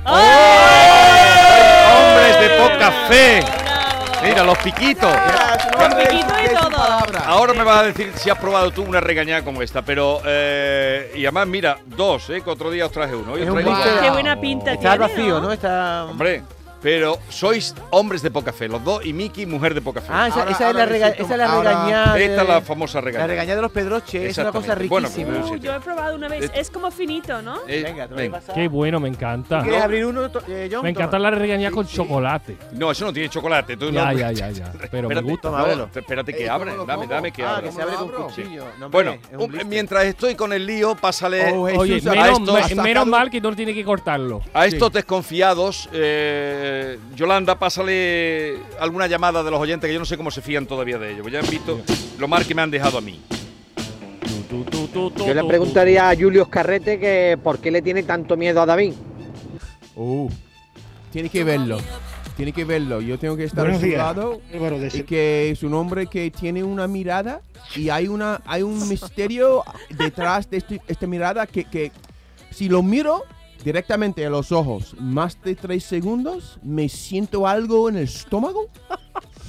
[SPEAKER 2] Hombres de poca fe. Mira, los piquitos.
[SPEAKER 4] Yes, un
[SPEAKER 6] Con
[SPEAKER 4] hombre
[SPEAKER 6] piquito y
[SPEAKER 4] de sus
[SPEAKER 6] todo.
[SPEAKER 4] palabras.
[SPEAKER 2] Ahora me vas a decir si has probado tú una regañada como esta, pero. eh, y además, mira, dos, ¿eh? Que otro día os traje uno. Hoy os
[SPEAKER 3] Es un
[SPEAKER 2] traigo
[SPEAKER 3] buste
[SPEAKER 2] dos.
[SPEAKER 3] de-
[SPEAKER 6] Qué buena pinta
[SPEAKER 3] Está al
[SPEAKER 6] tiene,
[SPEAKER 3] vacío, ¿no?
[SPEAKER 6] ¿no?
[SPEAKER 3] Está.
[SPEAKER 2] Hombre, pero sois hombres de poca fe, los dos, y Miki, mujer de poca fe.
[SPEAKER 3] Ah, esa,
[SPEAKER 4] Ahora-
[SPEAKER 3] esa es la
[SPEAKER 4] ahora
[SPEAKER 3] rega-
[SPEAKER 4] necesito-
[SPEAKER 3] esa es la
[SPEAKER 4] ahora-
[SPEAKER 3] regañada. de-
[SPEAKER 2] Esta es la famosa
[SPEAKER 3] la
[SPEAKER 2] regañada.
[SPEAKER 3] regañada de los Pedroches. Es una cosa
[SPEAKER 2] Exactamente. Bueno,
[SPEAKER 3] riquísima.
[SPEAKER 2] pues,
[SPEAKER 6] Uh, yo he probado una vez. Es como finito, ¿no?
[SPEAKER 2] Eh,
[SPEAKER 3] Venga, te lo voy a
[SPEAKER 2] venga.
[SPEAKER 3] pasar.
[SPEAKER 5] Qué bueno, me encanta.
[SPEAKER 3] ¿Quieres abrir uno, to- eh, John?
[SPEAKER 5] Me encanta
[SPEAKER 3] Toma.
[SPEAKER 5] la regañada con chocolate.
[SPEAKER 2] No, eso no tiene chocolate. Tú
[SPEAKER 5] Ya,
[SPEAKER 2] no,
[SPEAKER 5] ya, ya, ya. Pero me
[SPEAKER 2] Espérate,
[SPEAKER 5] gusta.
[SPEAKER 3] toma.
[SPEAKER 2] no,
[SPEAKER 3] ábrelo.
[SPEAKER 2] espérate
[SPEAKER 4] Ey,
[SPEAKER 2] que
[SPEAKER 4] ¿cómo
[SPEAKER 2] abre.
[SPEAKER 4] lo
[SPEAKER 2] Dame,
[SPEAKER 4] como?
[SPEAKER 2] dame que
[SPEAKER 4] Ah,
[SPEAKER 2] abre.
[SPEAKER 3] que se abre con
[SPEAKER 4] abro?
[SPEAKER 3] cuchillo. No, hombre,
[SPEAKER 2] Bueno,
[SPEAKER 3] es un
[SPEAKER 2] un-
[SPEAKER 3] blister.
[SPEAKER 2] mientras estoy con el lío, pásale
[SPEAKER 4] Oh, Jesús,
[SPEAKER 5] Oye,
[SPEAKER 4] a
[SPEAKER 5] menos,
[SPEAKER 4] esto
[SPEAKER 5] me-
[SPEAKER 4] ha sacado-
[SPEAKER 5] menos mal que no tiene que cortarlo.
[SPEAKER 2] a estos
[SPEAKER 4] sí.
[SPEAKER 2] desconfiados. eh, Yolanda, pásale alguna llamada de los oyentes que yo no sé cómo se fían todavía de ellos. porque Ya han visto lo mal que me han dejado a mí.
[SPEAKER 5] Tu, tu, tu, tú, tú,
[SPEAKER 8] Yo le
[SPEAKER 5] tú,
[SPEAKER 8] preguntaría a Julio Carrete que por qué le tiene tanto miedo a David.
[SPEAKER 4] Uh, tiene que verlo. Tiene que verlo. Yo tengo que estar
[SPEAKER 9] Buenos
[SPEAKER 4] a su
[SPEAKER 9] días,
[SPEAKER 4] lado.
[SPEAKER 9] Álvaro de
[SPEAKER 4] Y
[SPEAKER 9] Se-
[SPEAKER 4] que es un hombre que tiene una mirada y hay una hay un misterio detrás de este- esta mirada que, que si lo miro directamente a los ojos más de tres segundos, me siento algo en el estómago.
[SPEAKER 5] tú.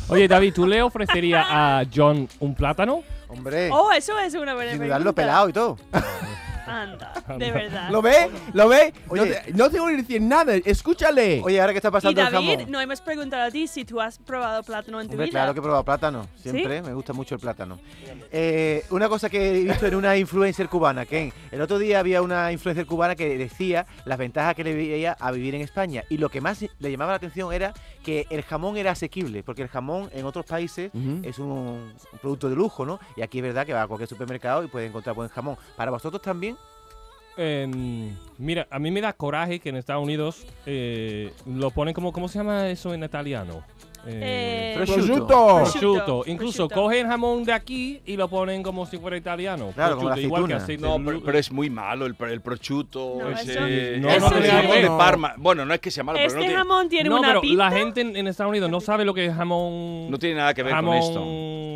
[SPEAKER 5] Oye, David, ¿tú le ofrecerías a John un plátano?
[SPEAKER 3] Hombre,
[SPEAKER 6] Oh, eso es una buena
[SPEAKER 3] sin
[SPEAKER 6] pregunta.
[SPEAKER 3] dudarlo pelado y todo.
[SPEAKER 5] [LAUGHS]
[SPEAKER 6] Anda, de verdad.
[SPEAKER 4] ¿Lo ve? ¿Lo ve?
[SPEAKER 3] Oye.
[SPEAKER 4] no, te- no tengo que decir nada. Escúchale.
[SPEAKER 3] Oye, ahora que está
[SPEAKER 6] Y
[SPEAKER 3] pasando el
[SPEAKER 6] David,
[SPEAKER 3] jamón.
[SPEAKER 6] no hemos preguntado a ti si tú has probado plátano en tu
[SPEAKER 3] Hombre,
[SPEAKER 6] vida.
[SPEAKER 3] claro que he probado plátano. Siempre me gusta mucho el plátano. Eh, una cosa que he visto en una influencer cubana, Ken. El otro día había una influencer cubana que decía las ventajas que le veía a vivir en España. Y lo que más le llamaba la atención era que el jamón era asequible, porque el jamón en otros países
[SPEAKER 4] Ujú.
[SPEAKER 3] es un, un producto de lujo, ¿no? Y aquí es verdad que va a cualquier supermercado y puede encontrar buen jamón. Para vosotros también,
[SPEAKER 5] Em, mira, a mí me da coraje que en Estados Unidos eh, lo ponen como, ¿cómo se llama eso en italiano?
[SPEAKER 6] Eh,
[SPEAKER 4] Prosciutto.
[SPEAKER 5] prosciutto. Incluso
[SPEAKER 6] prosciutto.
[SPEAKER 5] cogen jamón de aquí y lo ponen como si fuera italiano.
[SPEAKER 3] Claro, como la
[SPEAKER 5] Prosciutto, igual que
[SPEAKER 3] aceituna.
[SPEAKER 5] aceite
[SPEAKER 2] No,
[SPEAKER 5] de
[SPEAKER 2] pero,
[SPEAKER 5] lu-
[SPEAKER 2] pero es muy malo el, el prosciutto.
[SPEAKER 6] No,
[SPEAKER 2] ese-
[SPEAKER 5] eso- No,
[SPEAKER 2] el
[SPEAKER 5] no, no,
[SPEAKER 2] jamón
[SPEAKER 5] no.
[SPEAKER 2] de Parma. Bueno, no es que sea malo, pero
[SPEAKER 6] Este
[SPEAKER 2] no tiene,
[SPEAKER 6] jamón tiene
[SPEAKER 5] no,
[SPEAKER 6] una
[SPEAKER 5] pero
[SPEAKER 6] pinta.
[SPEAKER 5] la gente en, en Estados Unidos no sabe lo que es jamón.
[SPEAKER 2] no tiene nada que ver
[SPEAKER 5] jamón
[SPEAKER 2] con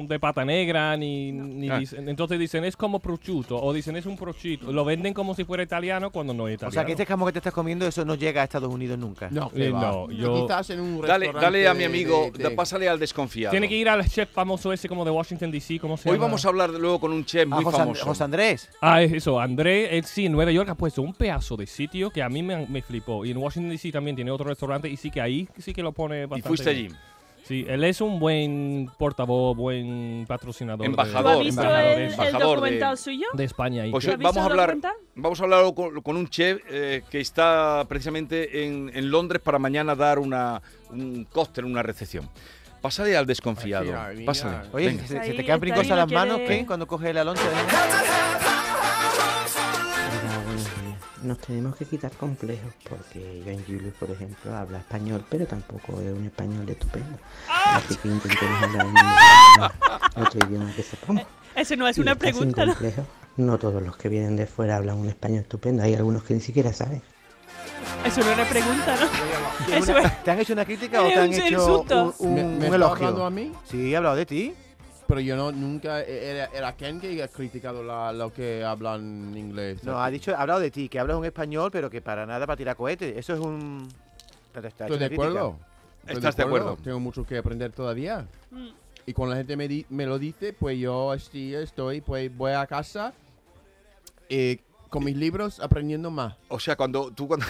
[SPEAKER 2] esto.
[SPEAKER 5] de pata negra ni, ni
[SPEAKER 2] Ah.
[SPEAKER 5] dicen- entonces dicen es como prosciutto o dicen es un prosciutto lo venden como si fuera italiano cuando no es italiano
[SPEAKER 3] o sea que este jamón que te estás comiendo, eso no llega a Estados Unidos nunca.
[SPEAKER 4] No,
[SPEAKER 5] Eh, no, yo-
[SPEAKER 4] Quizás en un
[SPEAKER 2] Dale, dale a mi
[SPEAKER 4] restaurante
[SPEAKER 2] amigo,
[SPEAKER 4] de-
[SPEAKER 2] da-
[SPEAKER 4] de-
[SPEAKER 2] pásale al desconfiado.
[SPEAKER 5] tiene que ir al chef famoso ese como de Washington DC cómo se
[SPEAKER 2] Hoy
[SPEAKER 5] llama?
[SPEAKER 2] vamos a hablar luego con un chef
[SPEAKER 3] Ah,
[SPEAKER 2] muy
[SPEAKER 3] José, And-
[SPEAKER 2] famoso.
[SPEAKER 3] José Andrés.
[SPEAKER 5] Ah, es eso, André, él sí, en Nueva York ha puesto un pedazo de sitio que a mí me, me flipó. Y en Washington DC también tiene otro restaurante y sí que ahí sí que lo pone
[SPEAKER 2] y
[SPEAKER 5] bastante.
[SPEAKER 2] fuiste allí.
[SPEAKER 5] bien. Sí, él es un buen portavoz, buen patrocinador. de-
[SPEAKER 6] ¿Tú has
[SPEAKER 2] Embajador,
[SPEAKER 6] visto
[SPEAKER 2] embajador,
[SPEAKER 6] el, el
[SPEAKER 2] embajador de-
[SPEAKER 6] documental
[SPEAKER 5] eh.
[SPEAKER 6] suyo?
[SPEAKER 5] de España ahí.
[SPEAKER 2] Pues
[SPEAKER 6] ¿Lo
[SPEAKER 2] hoy
[SPEAKER 6] has visto
[SPEAKER 2] vamos a
[SPEAKER 6] en la
[SPEAKER 2] hablar,
[SPEAKER 6] cuenta?
[SPEAKER 2] vamos a hablar con, con un chef eh, que está precisamente en, en Londres para mañana dar una, un cóctel, una recepción. Pásale al desconfiado.
[SPEAKER 4] Ay, mira, mira.
[SPEAKER 2] Pásale.
[SPEAKER 3] Oye,
[SPEAKER 2] venga.
[SPEAKER 3] se, se
[SPEAKER 6] Ahí
[SPEAKER 3] te quedan
[SPEAKER 6] está,
[SPEAKER 3] brincos
[SPEAKER 6] ahí
[SPEAKER 3] a
[SPEAKER 6] lo
[SPEAKER 3] las manos,
[SPEAKER 6] quiere.
[SPEAKER 3] Ken, cuando coges el alonso. ¿eh?
[SPEAKER 10] Nos tenemos que quitar complejos porque Jan Julius, por ejemplo, habla español, pero tampoco es un español estupendo. Así que intentemos hablar en un- otro idioma que sepamos.
[SPEAKER 6] Eso no es
[SPEAKER 10] Y
[SPEAKER 6] una
[SPEAKER 10] está sin
[SPEAKER 6] pregunta, ¿no?
[SPEAKER 10] complejos. No todos los que vienen de fuera hablan un español estupendo, hay algunos que ni siquiera saben.
[SPEAKER 6] Eso no es una pregunta, ¿no? [LAUGHS] Eso es.
[SPEAKER 3] ¿Te han hecho una
[SPEAKER 6] [LAUGHS]
[SPEAKER 3] crítica o
[SPEAKER 6] Es
[SPEAKER 3] te han
[SPEAKER 6] un
[SPEAKER 3] hecho
[SPEAKER 6] insulto.
[SPEAKER 3] un, un-
[SPEAKER 4] ¿Me, me
[SPEAKER 3] un
[SPEAKER 4] está hablando a
[SPEAKER 3] elogio?
[SPEAKER 4] mí?
[SPEAKER 3] Sí, he hablado de ti.
[SPEAKER 4] Pero yo no, nunca e, era, era Ken que ha criticado la, lo que hablan inglés.
[SPEAKER 3] No, ha dicho, ha hablado de ti, que hablas un español, pero que para nada para tirar cohetes. Eso es un. te- te- te ha hecho
[SPEAKER 4] Estoy
[SPEAKER 3] una
[SPEAKER 4] de acuerdo. Estoy
[SPEAKER 2] ¿Estás de acuerdo?
[SPEAKER 4] Tengo mucho que aprender todavía.
[SPEAKER 6] Mm.
[SPEAKER 4] Y cuando la gente me, di- me lo dice, pues yo así estoy, pues voy a casa y con mis libros aprendiendo más.
[SPEAKER 2] O sea, cuando tú
[SPEAKER 6] [LAUGHS]
[SPEAKER 2] cuando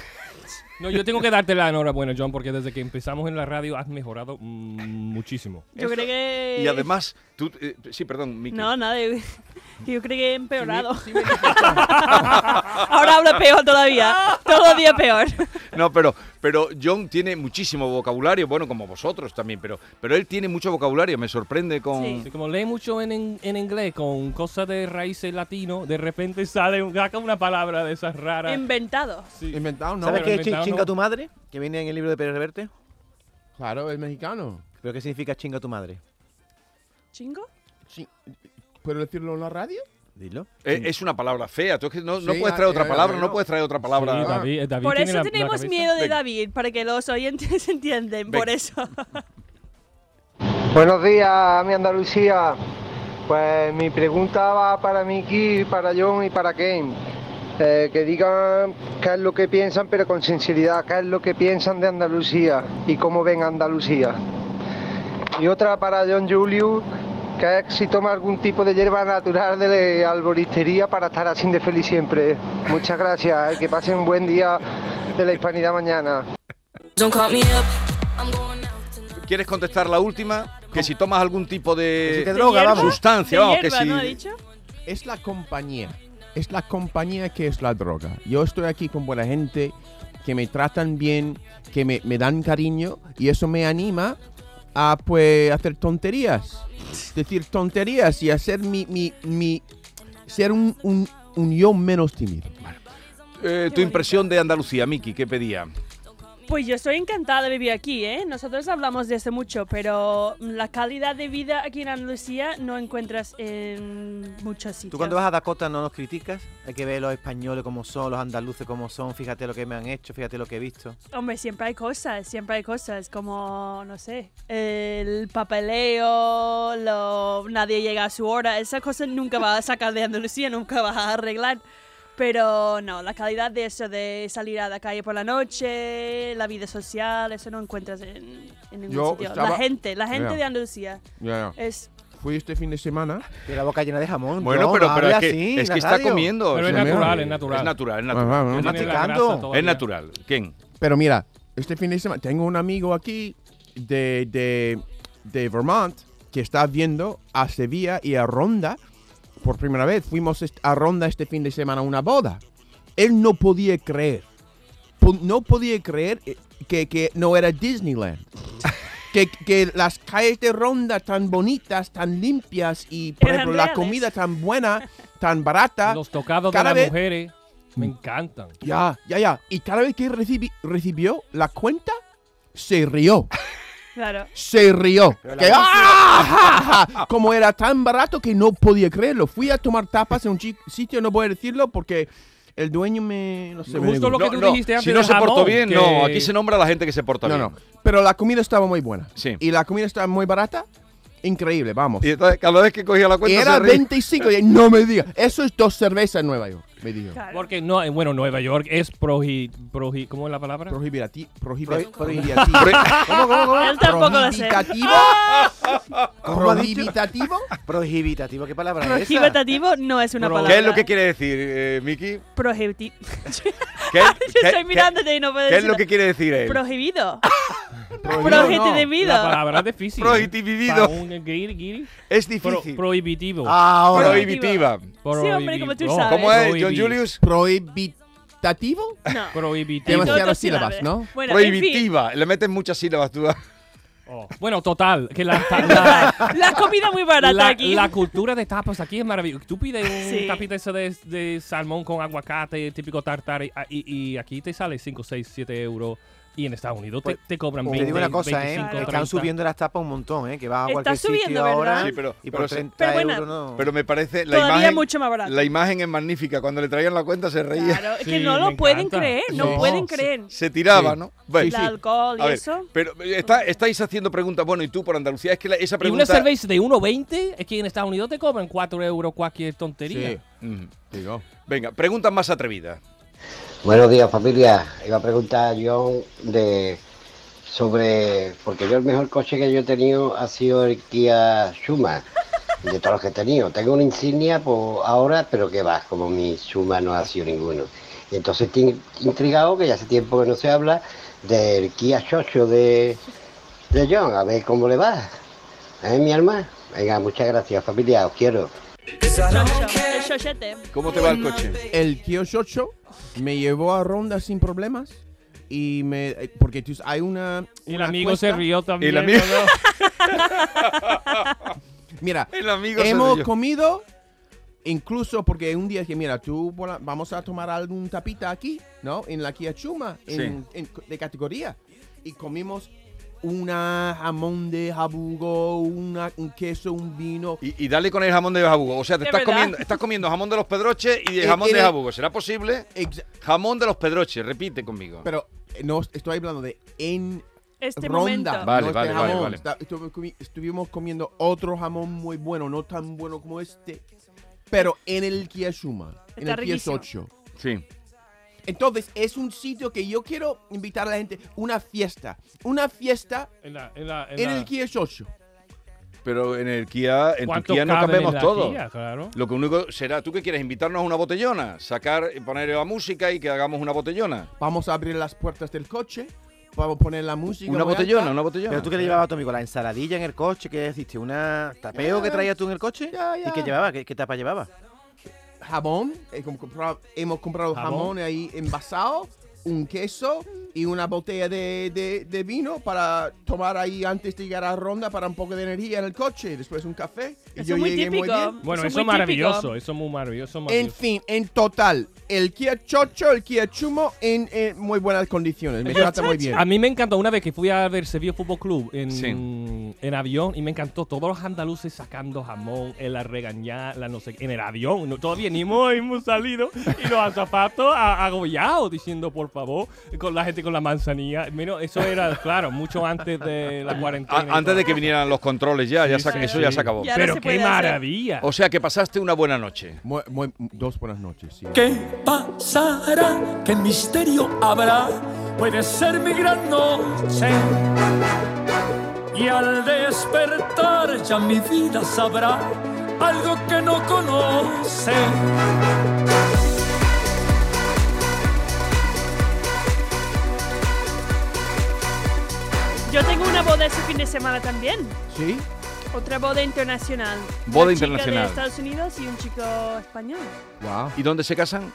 [SPEAKER 5] No, yo tengo que darte la enhorabuena, John, porque desde que empezamos en la radio has mejorado mm, muchísimo.
[SPEAKER 6] Yo creo que.
[SPEAKER 2] y además tú eh, sí, perdón, Miki.
[SPEAKER 6] No, nada. Yo [LAUGHS] creo que he empeorado. [LAUGHS] Ahora habla peor todavía. Todo día peor.
[SPEAKER 2] No, pero, pero John tiene muchísimo vocabulario, bueno, como vosotros también, pero, pero él tiene mucho vocabulario, me sorprende con...
[SPEAKER 6] Sí.
[SPEAKER 5] Sí, como lee mucho en, en- en inglés con cosas de raíces latino, de repente sale un- saca una palabra de esas raras.
[SPEAKER 6] Em, Inventado.
[SPEAKER 5] Sí.
[SPEAKER 2] Em,
[SPEAKER 4] Inventado, no.
[SPEAKER 3] ¿Sabes
[SPEAKER 5] pero
[SPEAKER 3] qué es
[SPEAKER 5] inventado,
[SPEAKER 3] chi-
[SPEAKER 5] ¿no?
[SPEAKER 3] chinga tu madre? Que viene en el libro de Pérez Reverte.
[SPEAKER 4] Claro, es mexicano.
[SPEAKER 3] ¿Pero qué significa chinga tu madre?
[SPEAKER 6] ¿Chingo?
[SPEAKER 4] Sí. ¿Puedo decirlo en la radio?
[SPEAKER 3] Dilo.
[SPEAKER 2] Eh, es una palabra fea, tú es que no, no
[SPEAKER 4] Sí,
[SPEAKER 2] puedes traer
[SPEAKER 4] ah,
[SPEAKER 2] otra
[SPEAKER 4] eh,
[SPEAKER 2] palabra,
[SPEAKER 4] bueno.
[SPEAKER 2] no puedes traer otra
[SPEAKER 5] Sí,
[SPEAKER 2] palabra.
[SPEAKER 5] David- David
[SPEAKER 6] Por
[SPEAKER 5] tiene
[SPEAKER 6] eso
[SPEAKER 5] la- la
[SPEAKER 6] tenemos
[SPEAKER 5] cabeza.
[SPEAKER 6] miedo de
[SPEAKER 2] Venga.
[SPEAKER 6] David, para que los oyentes [LAUGHS] entiendan. Por
[SPEAKER 2] Venga.
[SPEAKER 6] eso.
[SPEAKER 8] Buenos días, mi Andalucía. Pues mi pregunta va para Miki, para John y para Ken. Eh, que digan qué es lo que piensan, pero con sinceridad, qué es lo que piensan de Andalucía y cómo ven Andalucía. Y otra para John Julius, que es si toma algún tipo de hierba natural de alboristería para estar así de feliz siempre. Muchas gracias, eh, que pasen un buen día de la hispanidad mañana.
[SPEAKER 2] ¿Quieres contestar la última? Que si tomas algún tipo
[SPEAKER 3] Que si
[SPEAKER 2] de
[SPEAKER 3] te droga,
[SPEAKER 6] hierba?
[SPEAKER 3] vamos.
[SPEAKER 2] sustancia,
[SPEAKER 6] De
[SPEAKER 2] vamos, que
[SPEAKER 6] hierba,
[SPEAKER 2] si...
[SPEAKER 6] ¿no ha dicho?
[SPEAKER 4] Es la compañía. Es la compañía que es la droga. Yo estoy aquí con buena gente, que me tratan bien, que me, me dan cariño y eso me anima a pues hacer tonterías. Decir tonterías y hacer mi, mi, mi ser un, un, un yo menos tímido.
[SPEAKER 2] Eh, tu impresión de Andalucía, Miki, ¿qué pedía?
[SPEAKER 6] Pues yo estoy encantada de vivir aquí, ¿eh? Nosotros hablamos de esto mucho, pero la calidad de vida aquí en Andalucía no encuentras en muchos sitios.
[SPEAKER 3] Tú cuando vas a Dakota no nos criticas. Hay que ver los españoles como son, los andaluces como son. Fíjate lo que me han hecho, fíjate lo que he visto.
[SPEAKER 6] Hombre, siempre hay cosas, siempre hay cosas, como, no sé, el papeleo, lo- nadie llega a su hora, esas cosas nunca vas a sacar de Andalucía, nunca vas a arreglar. Pero no, la calidad de eso, de salir a la calle por la noche, la vida social, eso no encuentras en, en ningún
[SPEAKER 4] Yo
[SPEAKER 6] sitio. La
[SPEAKER 4] estaba-
[SPEAKER 6] gente, la gente
[SPEAKER 4] Ya.
[SPEAKER 6] de Andalucía
[SPEAKER 4] Ya, ya.
[SPEAKER 6] es...
[SPEAKER 4] Fui este fin de semana.
[SPEAKER 3] Tiene la boca llena de jamón.
[SPEAKER 2] Bueno,
[SPEAKER 3] no,
[SPEAKER 2] pero,
[SPEAKER 3] no
[SPEAKER 2] pero
[SPEAKER 3] hable
[SPEAKER 2] es que,
[SPEAKER 3] así,
[SPEAKER 2] es
[SPEAKER 3] la
[SPEAKER 2] que está
[SPEAKER 3] radio.
[SPEAKER 2] comiendo.
[SPEAKER 5] Pero
[SPEAKER 2] o
[SPEAKER 5] es
[SPEAKER 2] sea,
[SPEAKER 4] mira.
[SPEAKER 5] natural, es natural.
[SPEAKER 2] es natural, es
[SPEAKER 4] Ajá,
[SPEAKER 2] natural.
[SPEAKER 4] no
[SPEAKER 2] Es
[SPEAKER 5] Tiene la
[SPEAKER 2] natural.
[SPEAKER 5] grasa
[SPEAKER 3] masticando.
[SPEAKER 5] todavía.
[SPEAKER 2] Es natural. ¿Quién?
[SPEAKER 4] Pero mira, este fin de semana tengo un amigo aquí de, de, de Vermont que está viendo a Sevilla y a Ronda por primera vez. Fuimos est- a Ronda este fin de semana a una boda. Él no podía creer. Po- No podía creer eh, que, que no era
[SPEAKER 6] [LAUGHS]
[SPEAKER 4] Disneyland. Que, que las calles de Ronda tan bonitas, tan limpias y por
[SPEAKER 6] Eran
[SPEAKER 4] ejemplo, la
[SPEAKER 6] reales.
[SPEAKER 4] comida tan buena, tan barata.
[SPEAKER 5] Los tocados de
[SPEAKER 4] Cada
[SPEAKER 5] las
[SPEAKER 4] vez-
[SPEAKER 5] mujeres me encantan.
[SPEAKER 4] Ya, ya, ya. Y cada vez que recibi- recibió la cuenta, se rió.
[SPEAKER 6] Claro.
[SPEAKER 4] Se rió.
[SPEAKER 3] Pero la
[SPEAKER 4] Que, ¡ah! ja, ja! Como era tan barato que no podía creerlo. Fui a tomar tapas en un chi- sitio, no voy a decirlo porque el dueño me. No sé, me
[SPEAKER 5] Justo
[SPEAKER 4] dijo-
[SPEAKER 5] lo que tú dijiste antes
[SPEAKER 2] si no
[SPEAKER 5] del
[SPEAKER 2] se portó
[SPEAKER 5] jamón,
[SPEAKER 2] bien,
[SPEAKER 5] que-
[SPEAKER 2] no. Aquí se nombra a la gente que se porta
[SPEAKER 4] No,
[SPEAKER 2] bien.
[SPEAKER 4] no. Pero la comida estaba muy buena.
[SPEAKER 2] Sí.
[SPEAKER 4] Y la comida estaba muy barata. Increíble, vamos.
[SPEAKER 2] Y entonces, cada vez que cogía la cuenta,
[SPEAKER 4] Era
[SPEAKER 2] se reía.
[SPEAKER 4] 25. y no me diga. Eso es dos cervezas en Nueva York, me dijo.
[SPEAKER 6] claro.
[SPEAKER 5] Porque no, eh, bueno, Nueva York es prohi, prohi- ¿cómo es la palabra?
[SPEAKER 4] Prohibirati-
[SPEAKER 3] Pro-
[SPEAKER 4] prohibi-
[SPEAKER 3] prohibitivo. ¿Cómo, cómo, cómo?
[SPEAKER 6] Él tampoco lo sé.
[SPEAKER 4] Prohibitativo.
[SPEAKER 3] ¿Cómo ha dicho?
[SPEAKER 4] Prohibitativo.
[SPEAKER 3] Prohibitativo, ¿qué palabra es esa?
[SPEAKER 6] [LAUGHS] Prohibitativo no es una
[SPEAKER 3] Pro-
[SPEAKER 6] palabra.
[SPEAKER 2] ¿Qué es lo que quiere decir, eh, Miki?
[SPEAKER 6] [LAUGHS] Prohibitivo.
[SPEAKER 2] ¿Qué,
[SPEAKER 6] Yo
[SPEAKER 2] qué-
[SPEAKER 6] estoy mirándote y no puedo
[SPEAKER 2] qué- qué es lo que
[SPEAKER 6] decirlo.
[SPEAKER 2] quiere decir él?
[SPEAKER 6] [LAUGHS] Prohibido.
[SPEAKER 4] Prohibido, no.
[SPEAKER 5] La
[SPEAKER 6] Prohibitivo.
[SPEAKER 5] palabra es difícil. ¿eh?
[SPEAKER 2] Prohibitivido.
[SPEAKER 5] Para un guiri, guiri.
[SPEAKER 2] Es
[SPEAKER 5] Pro-
[SPEAKER 2] difícil.
[SPEAKER 5] prohibitivo.
[SPEAKER 3] Ahora.
[SPEAKER 6] Prohibi-
[SPEAKER 2] Prohibitiva.
[SPEAKER 6] Sí, hombre, como tú
[SPEAKER 5] Prohibi-
[SPEAKER 6] sabes.
[SPEAKER 2] ¿Cómo es, John
[SPEAKER 5] Prohibi-
[SPEAKER 2] Julius?
[SPEAKER 4] Prohibitativo.
[SPEAKER 6] No.
[SPEAKER 5] Prohibitivo.
[SPEAKER 6] Tengo
[SPEAKER 4] Demasiadas
[SPEAKER 6] dos
[SPEAKER 4] sílabas, ¿no?
[SPEAKER 6] Bueno, en fin.
[SPEAKER 2] Prohibitiva. Le meten muchas sílabas tú. ah,
[SPEAKER 5] Oh. Bueno, total, que la, la,
[SPEAKER 6] La comida muy barata
[SPEAKER 5] la-
[SPEAKER 6] aquí.
[SPEAKER 5] la cultura de tapas aquí es maravillosa. Tú pides un
[SPEAKER 6] Sí.
[SPEAKER 5] tapita esa de, de salmón con aguacate, típico tartar, y, y- y aquí te sale 5, 6, 7 euros. Y en Estados Unidos te, te cobran 20,
[SPEAKER 3] Te digo una cosa, ¿eh?
[SPEAKER 5] 25,
[SPEAKER 3] Están
[SPEAKER 5] 30.
[SPEAKER 3] subiendo las tapas un montón, ¿eh? Que vas a
[SPEAKER 6] Está
[SPEAKER 3] cualquier sitio
[SPEAKER 6] subiendo,
[SPEAKER 3] ahora
[SPEAKER 6] ¿verdad?
[SPEAKER 2] Sí, pero-
[SPEAKER 3] y
[SPEAKER 2] pero
[SPEAKER 3] por
[SPEAKER 2] se-
[SPEAKER 3] 30
[SPEAKER 6] Pero bueno,
[SPEAKER 3] euros no.
[SPEAKER 2] Pero me parece la
[SPEAKER 6] Todavía
[SPEAKER 2] imagen.
[SPEAKER 6] mucho más barato.
[SPEAKER 2] La imagen es magnífica. Cuando le traían la cuenta se reía.
[SPEAKER 6] Claro, es
[SPEAKER 5] Sí,
[SPEAKER 6] que no
[SPEAKER 5] me
[SPEAKER 6] lo pueden
[SPEAKER 5] encanta.
[SPEAKER 6] creer, no
[SPEAKER 4] No,
[SPEAKER 6] pueden
[SPEAKER 4] sí.
[SPEAKER 6] creer.
[SPEAKER 2] [LAUGHS] Se tiraba,
[SPEAKER 4] Sí.
[SPEAKER 2] ¿no? Bueno,
[SPEAKER 4] Sí,
[SPEAKER 6] El
[SPEAKER 4] sí.
[SPEAKER 6] alcohol y
[SPEAKER 2] A ver,
[SPEAKER 6] eso.
[SPEAKER 2] pero eh, está- estáis haciendo preguntas. Bueno, y tú por Andalucía. Es que la- esa
[SPEAKER 5] Y una
[SPEAKER 2] pregunta.
[SPEAKER 5] cerveza de 1.20 es que en Estados Unidos te cobran 4 euros cualquier tontería.
[SPEAKER 4] Sí,
[SPEAKER 2] Ujú.
[SPEAKER 4] digo.
[SPEAKER 2] Venga, preguntas más atrevidas.
[SPEAKER 9] Buenos días familia, iba a preguntar a John de sobre, porque yo el mejor coche que yo he tenido ha sido el Kia Suma, de todos los que he tenido. Tengo una insignia por ahora, pero que va, como mi Suma no ha sido ninguno. Y entonces estoy in- intrigado, que ya hace tiempo que no se habla, del Kia Socio de, de John, a ver cómo le va. ¿Eh, mi alma? Venga, muchas gracias familia, os quiero.
[SPEAKER 6] Chocho, el chochete.
[SPEAKER 2] ¿Cómo te va el coche?
[SPEAKER 4] El Kyoshocho me llevó a ronda sin problemas. Y me. eh, Porque tú- hay una.
[SPEAKER 5] El
[SPEAKER 4] una
[SPEAKER 5] amigo
[SPEAKER 4] cuesta.
[SPEAKER 5] se rió también.
[SPEAKER 2] El amigo-
[SPEAKER 5] ¿no?
[SPEAKER 2] [LAUGHS]
[SPEAKER 4] Mira,
[SPEAKER 2] El amigo se
[SPEAKER 4] hemos
[SPEAKER 2] rió.
[SPEAKER 4] comido. Incluso porque un día dije, mira, tú vola- vamos a tomar algún tapita aquí, ¿no? En la Kia Chuma, en- en- de categoría. Y comimos una jamón de jabugo, una, un queso, un vino.
[SPEAKER 2] Y, y dale con el jamón de jabugo. O sea, te
[SPEAKER 6] ¿De
[SPEAKER 2] estás
[SPEAKER 6] verdad?
[SPEAKER 2] comiendo, estás comiendo jamón de los pedroches y de
[SPEAKER 4] Eh,
[SPEAKER 2] jamón de
[SPEAKER 4] era-
[SPEAKER 2] jabugo. ¿Será posible?
[SPEAKER 4] Exa-
[SPEAKER 2] Jamón de los pedroches, repite conmigo.
[SPEAKER 4] Pero eh, no estoy hablando de en
[SPEAKER 6] Este
[SPEAKER 4] ronda.
[SPEAKER 6] momento.
[SPEAKER 2] Vale,
[SPEAKER 4] no este
[SPEAKER 2] vale, vale,
[SPEAKER 4] jamón.
[SPEAKER 2] vale.
[SPEAKER 4] Está- estuve comi- estuvimos comiendo otro jamón muy bueno, no tan bueno como este, pero en el Kiyashuma, en
[SPEAKER 6] Está
[SPEAKER 4] el
[SPEAKER 6] riquísimo.
[SPEAKER 4] 18.
[SPEAKER 2] Sí.
[SPEAKER 4] Entonces, es un sitio que yo quiero invitar a la gente, una fiesta, una fiesta
[SPEAKER 5] En la- en la- en
[SPEAKER 4] en
[SPEAKER 5] la-
[SPEAKER 4] el Kiyashosho.
[SPEAKER 2] Pero en el Kia, en tu
[SPEAKER 5] ¿Cuánto
[SPEAKER 2] Kia no
[SPEAKER 5] caben en
[SPEAKER 2] cabemos
[SPEAKER 5] la
[SPEAKER 2] todo.
[SPEAKER 5] Kia, claro.
[SPEAKER 2] Lo que único será, ¿tú qué quieres? ¿Invitarnos a una botellona? Sacar, eh, poner la música y que hagamos una botellona.
[SPEAKER 4] Vamos a abrir las puertas del coche, vamos a poner la música.
[SPEAKER 2] Una
[SPEAKER 4] muy alta.
[SPEAKER 2] botellona, una botellona.
[SPEAKER 3] Pero tú que le llevabas a tu amigo la ensaladilla en el coche, que hiciste una tapeo que traías tú en el coche
[SPEAKER 4] Ya, ya.
[SPEAKER 3] y qué llevaba, qué, qué tapa llevaba.
[SPEAKER 4] Jamón, eh, como compra- hemos comprado
[SPEAKER 5] Jamón.
[SPEAKER 4] jamón ahí envasado, un queso, y una botella de, de- de vino para tomar ahí antes de llegar a Ronda para un poco de energía en el coche, después un café. Y
[SPEAKER 6] Eso es muy típico.
[SPEAKER 5] Bueno,
[SPEAKER 6] Son
[SPEAKER 5] eso
[SPEAKER 6] muy
[SPEAKER 5] es maravilloso,
[SPEAKER 6] típicos.
[SPEAKER 5] eso es muy maravilloso.
[SPEAKER 4] En
[SPEAKER 5] maravilloso.
[SPEAKER 4] fin, en total, el Kia Chocho, el Kia Chumo en, eh, muy buenas condiciones. Me trata muy bien.
[SPEAKER 5] A mí me encantó una vez que fui a ver Sevilla Fútbol Club en,
[SPEAKER 2] Sí.
[SPEAKER 5] en avión y me encantó todos los andaluces sacando jamón, en la regañada, la no sé, qué, en el avión. No, todavía ni hemos, hemos salido y los azafatos a- agobiados diciendo por favor con la gente con la manzanilla. Menos, eso era, claro, mucho antes de la
[SPEAKER 2] A-
[SPEAKER 5] cuarentena. y
[SPEAKER 2] antes
[SPEAKER 5] todo.
[SPEAKER 2] de que vinieran los controles ya, ya
[SPEAKER 5] Sí,
[SPEAKER 2] sa-
[SPEAKER 5] sí,
[SPEAKER 2] eso
[SPEAKER 5] sí.
[SPEAKER 2] ya se acabó.
[SPEAKER 6] Ya. ahora
[SPEAKER 5] Pero
[SPEAKER 6] se
[SPEAKER 5] qué
[SPEAKER 6] puede hacer.
[SPEAKER 5] maravilla.
[SPEAKER 2] O sea que pasaste una buena noche.
[SPEAKER 4] Muy- muy- dos buenas noches.
[SPEAKER 6] [LAUGHS]
[SPEAKER 4] sí.
[SPEAKER 11] ¿Qué pasará? ¿Qué misterio habrá? Puede ser mi gran noche. Y al despertar ya mi vida sabrá algo que no conoce.
[SPEAKER 6] Yo tengo una boda este fin de semana también.
[SPEAKER 4] ¿Sí?
[SPEAKER 6] Otra boda internacional.
[SPEAKER 2] Boda
[SPEAKER 6] Una chica
[SPEAKER 2] internacional.
[SPEAKER 6] de Estados Unidos y un chico español.
[SPEAKER 4] Wow.
[SPEAKER 2] ¿Y dónde se casan?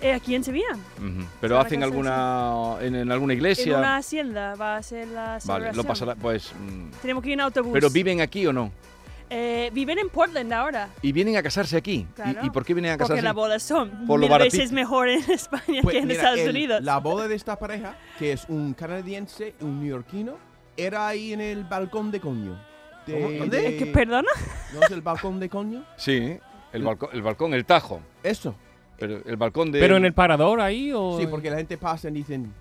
[SPEAKER 6] Eh, aquí en Sevilla.
[SPEAKER 2] Ujú. ¿Pero
[SPEAKER 6] Para
[SPEAKER 2] hacen
[SPEAKER 6] casarse.
[SPEAKER 2] alguna en, en alguna
[SPEAKER 6] En
[SPEAKER 2] iglesia?
[SPEAKER 6] una hacienda va a ser la
[SPEAKER 2] Vale,
[SPEAKER 6] celebración.
[SPEAKER 2] lo pasará, pues. mm.
[SPEAKER 6] Tenemos que ir en autobús.
[SPEAKER 2] ¿Pero viven aquí o no?
[SPEAKER 6] Eh, viven en Portland ahora.
[SPEAKER 2] ¿Y vienen a casarse aquí? ¿Y-
[SPEAKER 6] Claro.
[SPEAKER 2] ¿Y, por qué vienen a
[SPEAKER 6] Porque
[SPEAKER 2] casarse?
[SPEAKER 6] las bodas son
[SPEAKER 2] Por lo
[SPEAKER 6] mil
[SPEAKER 2] baratito.
[SPEAKER 6] veces mejor en [LAUGHS] España
[SPEAKER 4] Pues,
[SPEAKER 6] que en
[SPEAKER 4] mira,
[SPEAKER 6] Estados
[SPEAKER 4] el-
[SPEAKER 6] Unidos.
[SPEAKER 4] La boda de esta pareja, que es un canadiense, un neoyorquino, era ahí en el balcón de coño. De-
[SPEAKER 2] ¿Cómo? ¿Dónde?
[SPEAKER 4] de-
[SPEAKER 6] Es Eh, que,
[SPEAKER 2] [LAUGHS]
[SPEAKER 6] ¿Perdona?
[SPEAKER 4] ¿No es el balcón de coño?
[SPEAKER 2] Sí, el balcón, el balcón, el tajo.
[SPEAKER 4] Eso.
[SPEAKER 2] Pero el balcón de.
[SPEAKER 5] Pero en el parador ahí o.
[SPEAKER 4] Sí, porque la gente pasa y dicen,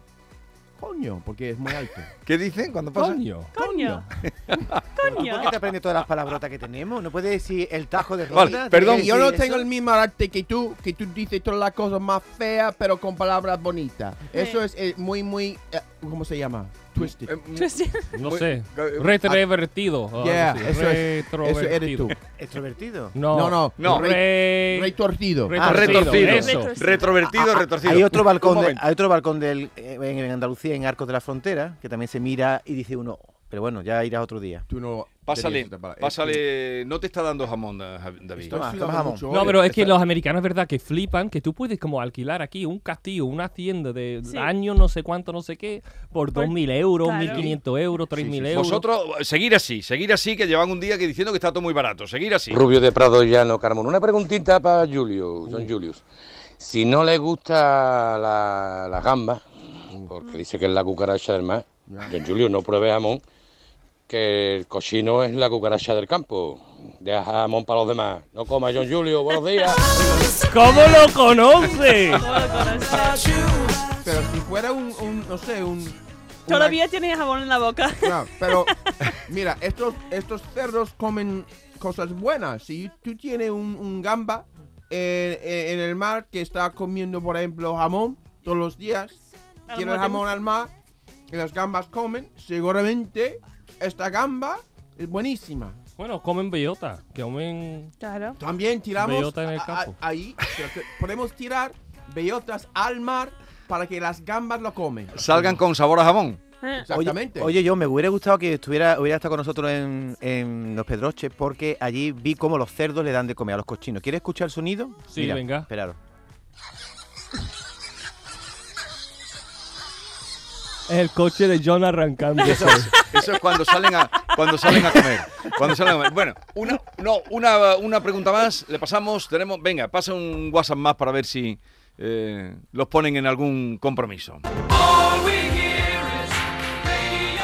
[SPEAKER 4] coño, porque es
[SPEAKER 2] [LAUGHS]
[SPEAKER 4] muy alto.
[SPEAKER 2] ¿Qué dicen cuando pasan?
[SPEAKER 5] Coño.
[SPEAKER 6] Coño.
[SPEAKER 3] ¿Por
[SPEAKER 6] Coño.
[SPEAKER 3] qué te aprende todas las palabrotas que tenemos? ¿No puedes decir el tajo de
[SPEAKER 2] Vale,
[SPEAKER 3] ronda?
[SPEAKER 2] perdón,
[SPEAKER 4] yo no tengo el mismo arte que tú, que tú dices todas las cosas más feas, pero con palabras bonitas. Eso es eh, muy, muy, eh, ¿cómo se llama? Twisted.
[SPEAKER 2] Eh, mm,
[SPEAKER 6] Entonces,
[SPEAKER 5] No
[SPEAKER 2] Muy-
[SPEAKER 5] sé.
[SPEAKER 2] eh,
[SPEAKER 5] Retrovertido. o algo
[SPEAKER 4] Yeah,
[SPEAKER 5] así.
[SPEAKER 4] eso es- eso eres
[SPEAKER 5] Retrovertido.
[SPEAKER 4] tú.
[SPEAKER 3] Extrovertido.
[SPEAKER 4] No, no,
[SPEAKER 2] No.
[SPEAKER 4] Rey,
[SPEAKER 5] Re-
[SPEAKER 4] rey torcido.
[SPEAKER 5] re-
[SPEAKER 3] Ah,
[SPEAKER 2] retorcido.
[SPEAKER 5] Eso.
[SPEAKER 6] Retorcido.
[SPEAKER 2] Retrovertido, retorcido.
[SPEAKER 3] Hay otro
[SPEAKER 2] Un
[SPEAKER 3] balcón, de- Ah,
[SPEAKER 2] momento.
[SPEAKER 3] hay otro balcón del, eh, en en Andalucía, en Arcos de la Frontera, que también se mira y dice uno, "Oh", pero bueno, ya irás otro día.
[SPEAKER 4] Tú no
[SPEAKER 2] Pásale,
[SPEAKER 4] tenías esta palabra.
[SPEAKER 3] este.
[SPEAKER 2] pásale. No te está dando jamón, da- Javi- David.
[SPEAKER 3] Toma,
[SPEAKER 4] Estoy
[SPEAKER 3] toma
[SPEAKER 4] sudando
[SPEAKER 3] jamón.
[SPEAKER 4] mucho
[SPEAKER 5] No,
[SPEAKER 4] hoy.
[SPEAKER 5] pero es que los americanos es verdad que flipan que tú puedes como alquilar aquí un castillo, una hacienda de
[SPEAKER 6] Sí.
[SPEAKER 5] año no sé cuánto, no sé qué, por
[SPEAKER 6] Por-
[SPEAKER 5] 2.000 euros,
[SPEAKER 6] claro.
[SPEAKER 5] 1.500 euros, 3.000 euros.
[SPEAKER 2] Vosotros, eh, seguir así, seguir así, que llevan un día que diciendo que está todo muy barato. Seguir así.
[SPEAKER 12] Rubio de Prado Llano Carmona. Una preguntita para Julio, John Julius. Si no le gusta la, la gamba, porque dice que es la cucaracha del mar, John Julius, no pruebe jamón, que el cochino es la cucaracha del campo. Deja jamón para los demás. No coma, John Julio, buenos días.
[SPEAKER 5] ¿Cómo lo conoces? [LAUGHS]
[SPEAKER 6] ¿cómo lo conoces?
[SPEAKER 4] Pero si fuera un, un, no sé, un... una-
[SPEAKER 6] Todavía tiene jabón en la boca.
[SPEAKER 4] No, pero mira, estos, estos cerdos comen cosas buenas. Si tú tienes un, un gamba eh, eh, en el mar que está comiendo, por ejemplo, jamón todos los días,
[SPEAKER 6] A lo
[SPEAKER 4] tiene el
[SPEAKER 6] mejor te
[SPEAKER 4] jamón
[SPEAKER 6] gusta.
[SPEAKER 4] al mar y las gambas comen, seguramente esta gamba es buenísima.
[SPEAKER 5] bueno, comen bellota, comen...
[SPEAKER 6] Claro.
[SPEAKER 4] También tiramos
[SPEAKER 5] Bellota en el
[SPEAKER 4] a- a-
[SPEAKER 5] campo.
[SPEAKER 4] ahí, pero te- podemos tirar bellotas al mar para que las gambas lo comen.
[SPEAKER 2] Salgan con sabor a jamón.
[SPEAKER 6] Eh,
[SPEAKER 4] Exactamente.
[SPEAKER 3] Oye, yo me hubiera gustado que estuviera, hubiera estado con nosotros en, en Los Pedroches, porque allí vi cómo los cerdos le dan de comer a los cochinos. ¿Quieres escuchar el sonido?
[SPEAKER 5] Sí, venga.
[SPEAKER 3] Esperaros.
[SPEAKER 5] Es el coche de John [LAUGHS] arrancando.
[SPEAKER 2] Eso es, eso es cuando salen a cuando salen a comer. Cuando salen a comer. Bueno, una no, una, una pregunta más, le pasamos, tenemos, venga, pasa un WhatsApp más para ver si eh, los ponen en algún compromiso.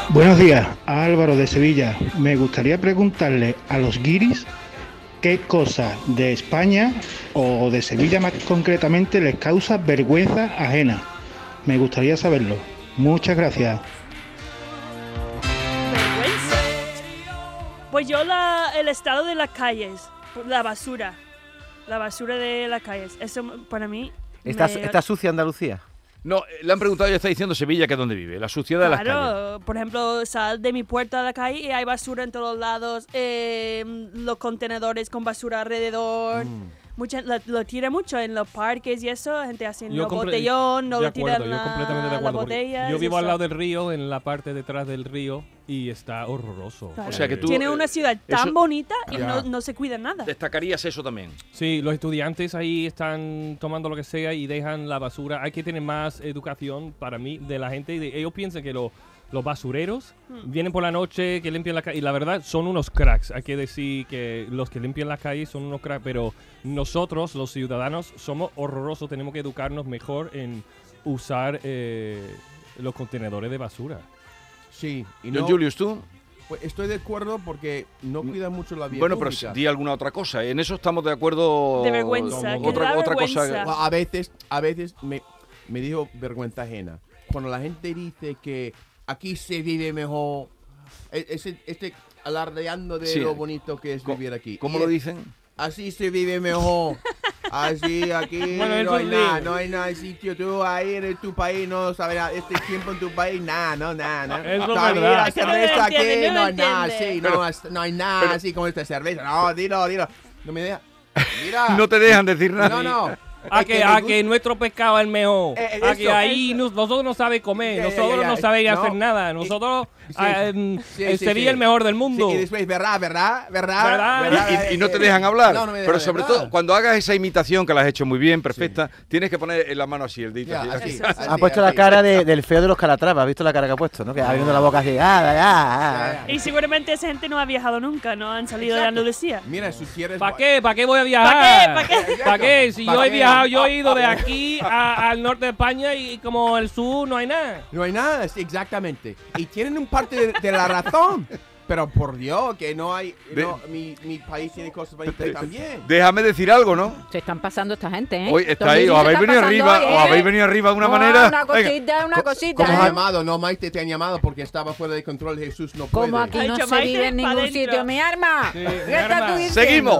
[SPEAKER 13] Buenos días, a Álvaro de Sevilla. Me gustaría preguntarle a los guiris qué cosa de España o de Sevilla más concretamente les causa vergüenza ajena. Me gustaría saberlo. Muchas gracias.
[SPEAKER 6] vergüenza. Pues yo la, el estado de las calles, la basura, la basura de las calles, eso para mí.
[SPEAKER 3] ¿Está,
[SPEAKER 6] me-
[SPEAKER 3] está sucia Andalucía?
[SPEAKER 2] No, eh, le han preguntado y está diciendo Sevilla que es donde vive, la suciedad de las calles.
[SPEAKER 6] Claro, por ejemplo, sal de mi puerta a la calle y hay basura en todos lados, eh, los contenedores con basura alrededor.
[SPEAKER 5] Mm.
[SPEAKER 6] Mucha, lo, lo tira mucho en los parques y eso, gente haciendo
[SPEAKER 5] comple-
[SPEAKER 6] botellón, no
[SPEAKER 5] de
[SPEAKER 6] lo tiran
[SPEAKER 5] acuerdo, yo
[SPEAKER 6] la-
[SPEAKER 5] completamente de
[SPEAKER 6] las
[SPEAKER 5] acuerdo. porque
[SPEAKER 6] botellas,
[SPEAKER 5] Yo vivo al
[SPEAKER 6] eso.
[SPEAKER 5] lado del río, en la parte detrás del río, y está horroroso.
[SPEAKER 6] Claro.
[SPEAKER 2] O sea que tú- eh,
[SPEAKER 6] Tiene una ciudad tan
[SPEAKER 5] eso-
[SPEAKER 6] bonita y
[SPEAKER 5] Ya.
[SPEAKER 6] no, no se cuida nada.
[SPEAKER 2] Destacarías eso también.
[SPEAKER 5] Sí, los estudiantes ahí están tomando lo que sea y dejan la basura. Hay que tener más educación para mí de la gente. De- Ellos piensan que lo- los basureros
[SPEAKER 14] Hmm.
[SPEAKER 5] vienen por la noche, que limpian la calle. Y la verdad, son unos cracks. Hay que decir que los que limpian las calles son unos cracks. Pero nosotros, los ciudadanos, somos horrorosos. Tenemos que educarnos mejor en usar eh, los contenedores de basura.
[SPEAKER 4] Sí. Y
[SPEAKER 2] John Julius, ¿tú?
[SPEAKER 4] Pues estoy de acuerdo porque no cuida mucho la vida
[SPEAKER 2] Mm, Bueno, pero
[SPEAKER 4] pública.
[SPEAKER 2] di alguna otra cosa. En eso estamos de acuerdo.
[SPEAKER 4] Como-
[SPEAKER 2] Otra, otra cosa.
[SPEAKER 4] A veces, a veces me, me dijo vergüenza ajena. Cuando la gente dice que aquí se vive mejor, e- ese, este alardeando de
[SPEAKER 2] Sí.
[SPEAKER 4] lo bonito que es vivir aquí.
[SPEAKER 2] Ah, ¿Cómo
[SPEAKER 4] Y
[SPEAKER 2] lo
[SPEAKER 4] es,
[SPEAKER 2] dicen?
[SPEAKER 4] Así se vive mejor. Así,
[SPEAKER 2] [LAUGHS]
[SPEAKER 4] aquí
[SPEAKER 2] Bueno,
[SPEAKER 4] no
[SPEAKER 2] eso
[SPEAKER 4] hay
[SPEAKER 2] sí.
[SPEAKER 4] nada, no hay nada de sitio. Tú ahí en tu país no sabes nada. Este tiempo en tu país, nada, no, nada. No.
[SPEAKER 5] Eso es
[SPEAKER 4] Todavía
[SPEAKER 5] verdad.
[SPEAKER 4] la
[SPEAKER 5] Es que no lo
[SPEAKER 4] cerveza aquí,
[SPEAKER 5] entiende, no
[SPEAKER 4] no,
[SPEAKER 5] lo
[SPEAKER 4] hay nada,
[SPEAKER 5] entiende.
[SPEAKER 4] sí, no,
[SPEAKER 5] Pero-
[SPEAKER 4] as- no hay nada
[SPEAKER 5] pero-
[SPEAKER 4] así como esta cerveza. No, dilo, dilo. No me deja. Mira.
[SPEAKER 2] [LAUGHS] No te dejan decir nada.
[SPEAKER 4] Ah. No, no.
[SPEAKER 5] A
[SPEAKER 4] Es
[SPEAKER 5] que,
[SPEAKER 4] me
[SPEAKER 5] a
[SPEAKER 4] gusta-
[SPEAKER 5] que nuestro pescado es el mejor.
[SPEAKER 4] Eh, eh,
[SPEAKER 5] a que
[SPEAKER 4] eso,
[SPEAKER 5] ahí nos- nosotros no sabe comer,
[SPEAKER 4] Ya, ya,
[SPEAKER 5] nosotros
[SPEAKER 4] ya, ya.
[SPEAKER 5] no sabe ir a
[SPEAKER 4] No.
[SPEAKER 5] hacer nada. Nosotros ah, em,
[SPEAKER 4] Sí,
[SPEAKER 5] eh,
[SPEAKER 4] sí,
[SPEAKER 5] sería
[SPEAKER 4] sí.
[SPEAKER 5] el mejor del mundo.
[SPEAKER 4] Sí, y después, ¿verdad? ¿Verdad? ¿Verdad? Este,
[SPEAKER 5] ¿Verdad?
[SPEAKER 2] Y, y no te dejan hablar.
[SPEAKER 4] eh, No, no me dejan
[SPEAKER 2] pero sobre
[SPEAKER 4] hablar.
[SPEAKER 2] todo, cuando hagas esa imitación que la has hecho muy bien, perfecta, tienes que poner la mano así, el dedito.
[SPEAKER 4] Ya,
[SPEAKER 2] así,
[SPEAKER 4] así,
[SPEAKER 2] así.
[SPEAKER 4] así.
[SPEAKER 3] Ha puesto la cara de- del feo de los Calatrava, ¿has visto la cara que ha puesto? ¿no? Que abriendo la boca así, ah, ah, ah, ah.
[SPEAKER 6] Y seguramente esa gente no ha viajado nunca, no han salido de Andalucía.
[SPEAKER 4] Mira, si quieres.
[SPEAKER 5] ¿Para qué? ¿Para qué voy a viajar?
[SPEAKER 6] ¿Pa' qué? ¿Pa' qué?
[SPEAKER 5] ¿Pa' qué? Si
[SPEAKER 4] ¿Pa'
[SPEAKER 5] yo he
[SPEAKER 4] qué?
[SPEAKER 5] viajado,
[SPEAKER 4] [LAUGHS]
[SPEAKER 5] yo he ido de aquí a- al norte de España y como el sur no hay nada.
[SPEAKER 4] No hay nada, sí, exactamente. Y tienen un parte de, de la razón. Pero por Dios, que no hay.
[SPEAKER 2] De-
[SPEAKER 4] no, mi, mi país tiene cosas bonitas también.
[SPEAKER 2] Déjame decir algo, ¿no?
[SPEAKER 15] [LAUGHS] Se están pasando esta gente, ¿eh?
[SPEAKER 2] Hoy está
[SPEAKER 15] Estos
[SPEAKER 2] ahí,
[SPEAKER 15] niños se
[SPEAKER 2] os habéis
[SPEAKER 15] están
[SPEAKER 2] venido
[SPEAKER 15] pasando
[SPEAKER 2] arriba,
[SPEAKER 15] hoy,
[SPEAKER 2] os
[SPEAKER 15] ¿eh?
[SPEAKER 2] habéis venido arriba de una
[SPEAKER 15] No,
[SPEAKER 2] manera.
[SPEAKER 15] Una
[SPEAKER 2] Venga.
[SPEAKER 15] cosita, una cosita.
[SPEAKER 4] Como
[SPEAKER 15] ¿eh?
[SPEAKER 4] han llamado, no, Maite, te han llamado porque estaba fuera de control. Jesús no puede.
[SPEAKER 15] Como aquí no se vive en ningún sitio. ¡Mi arma! ¿Qué estás tú diciendo?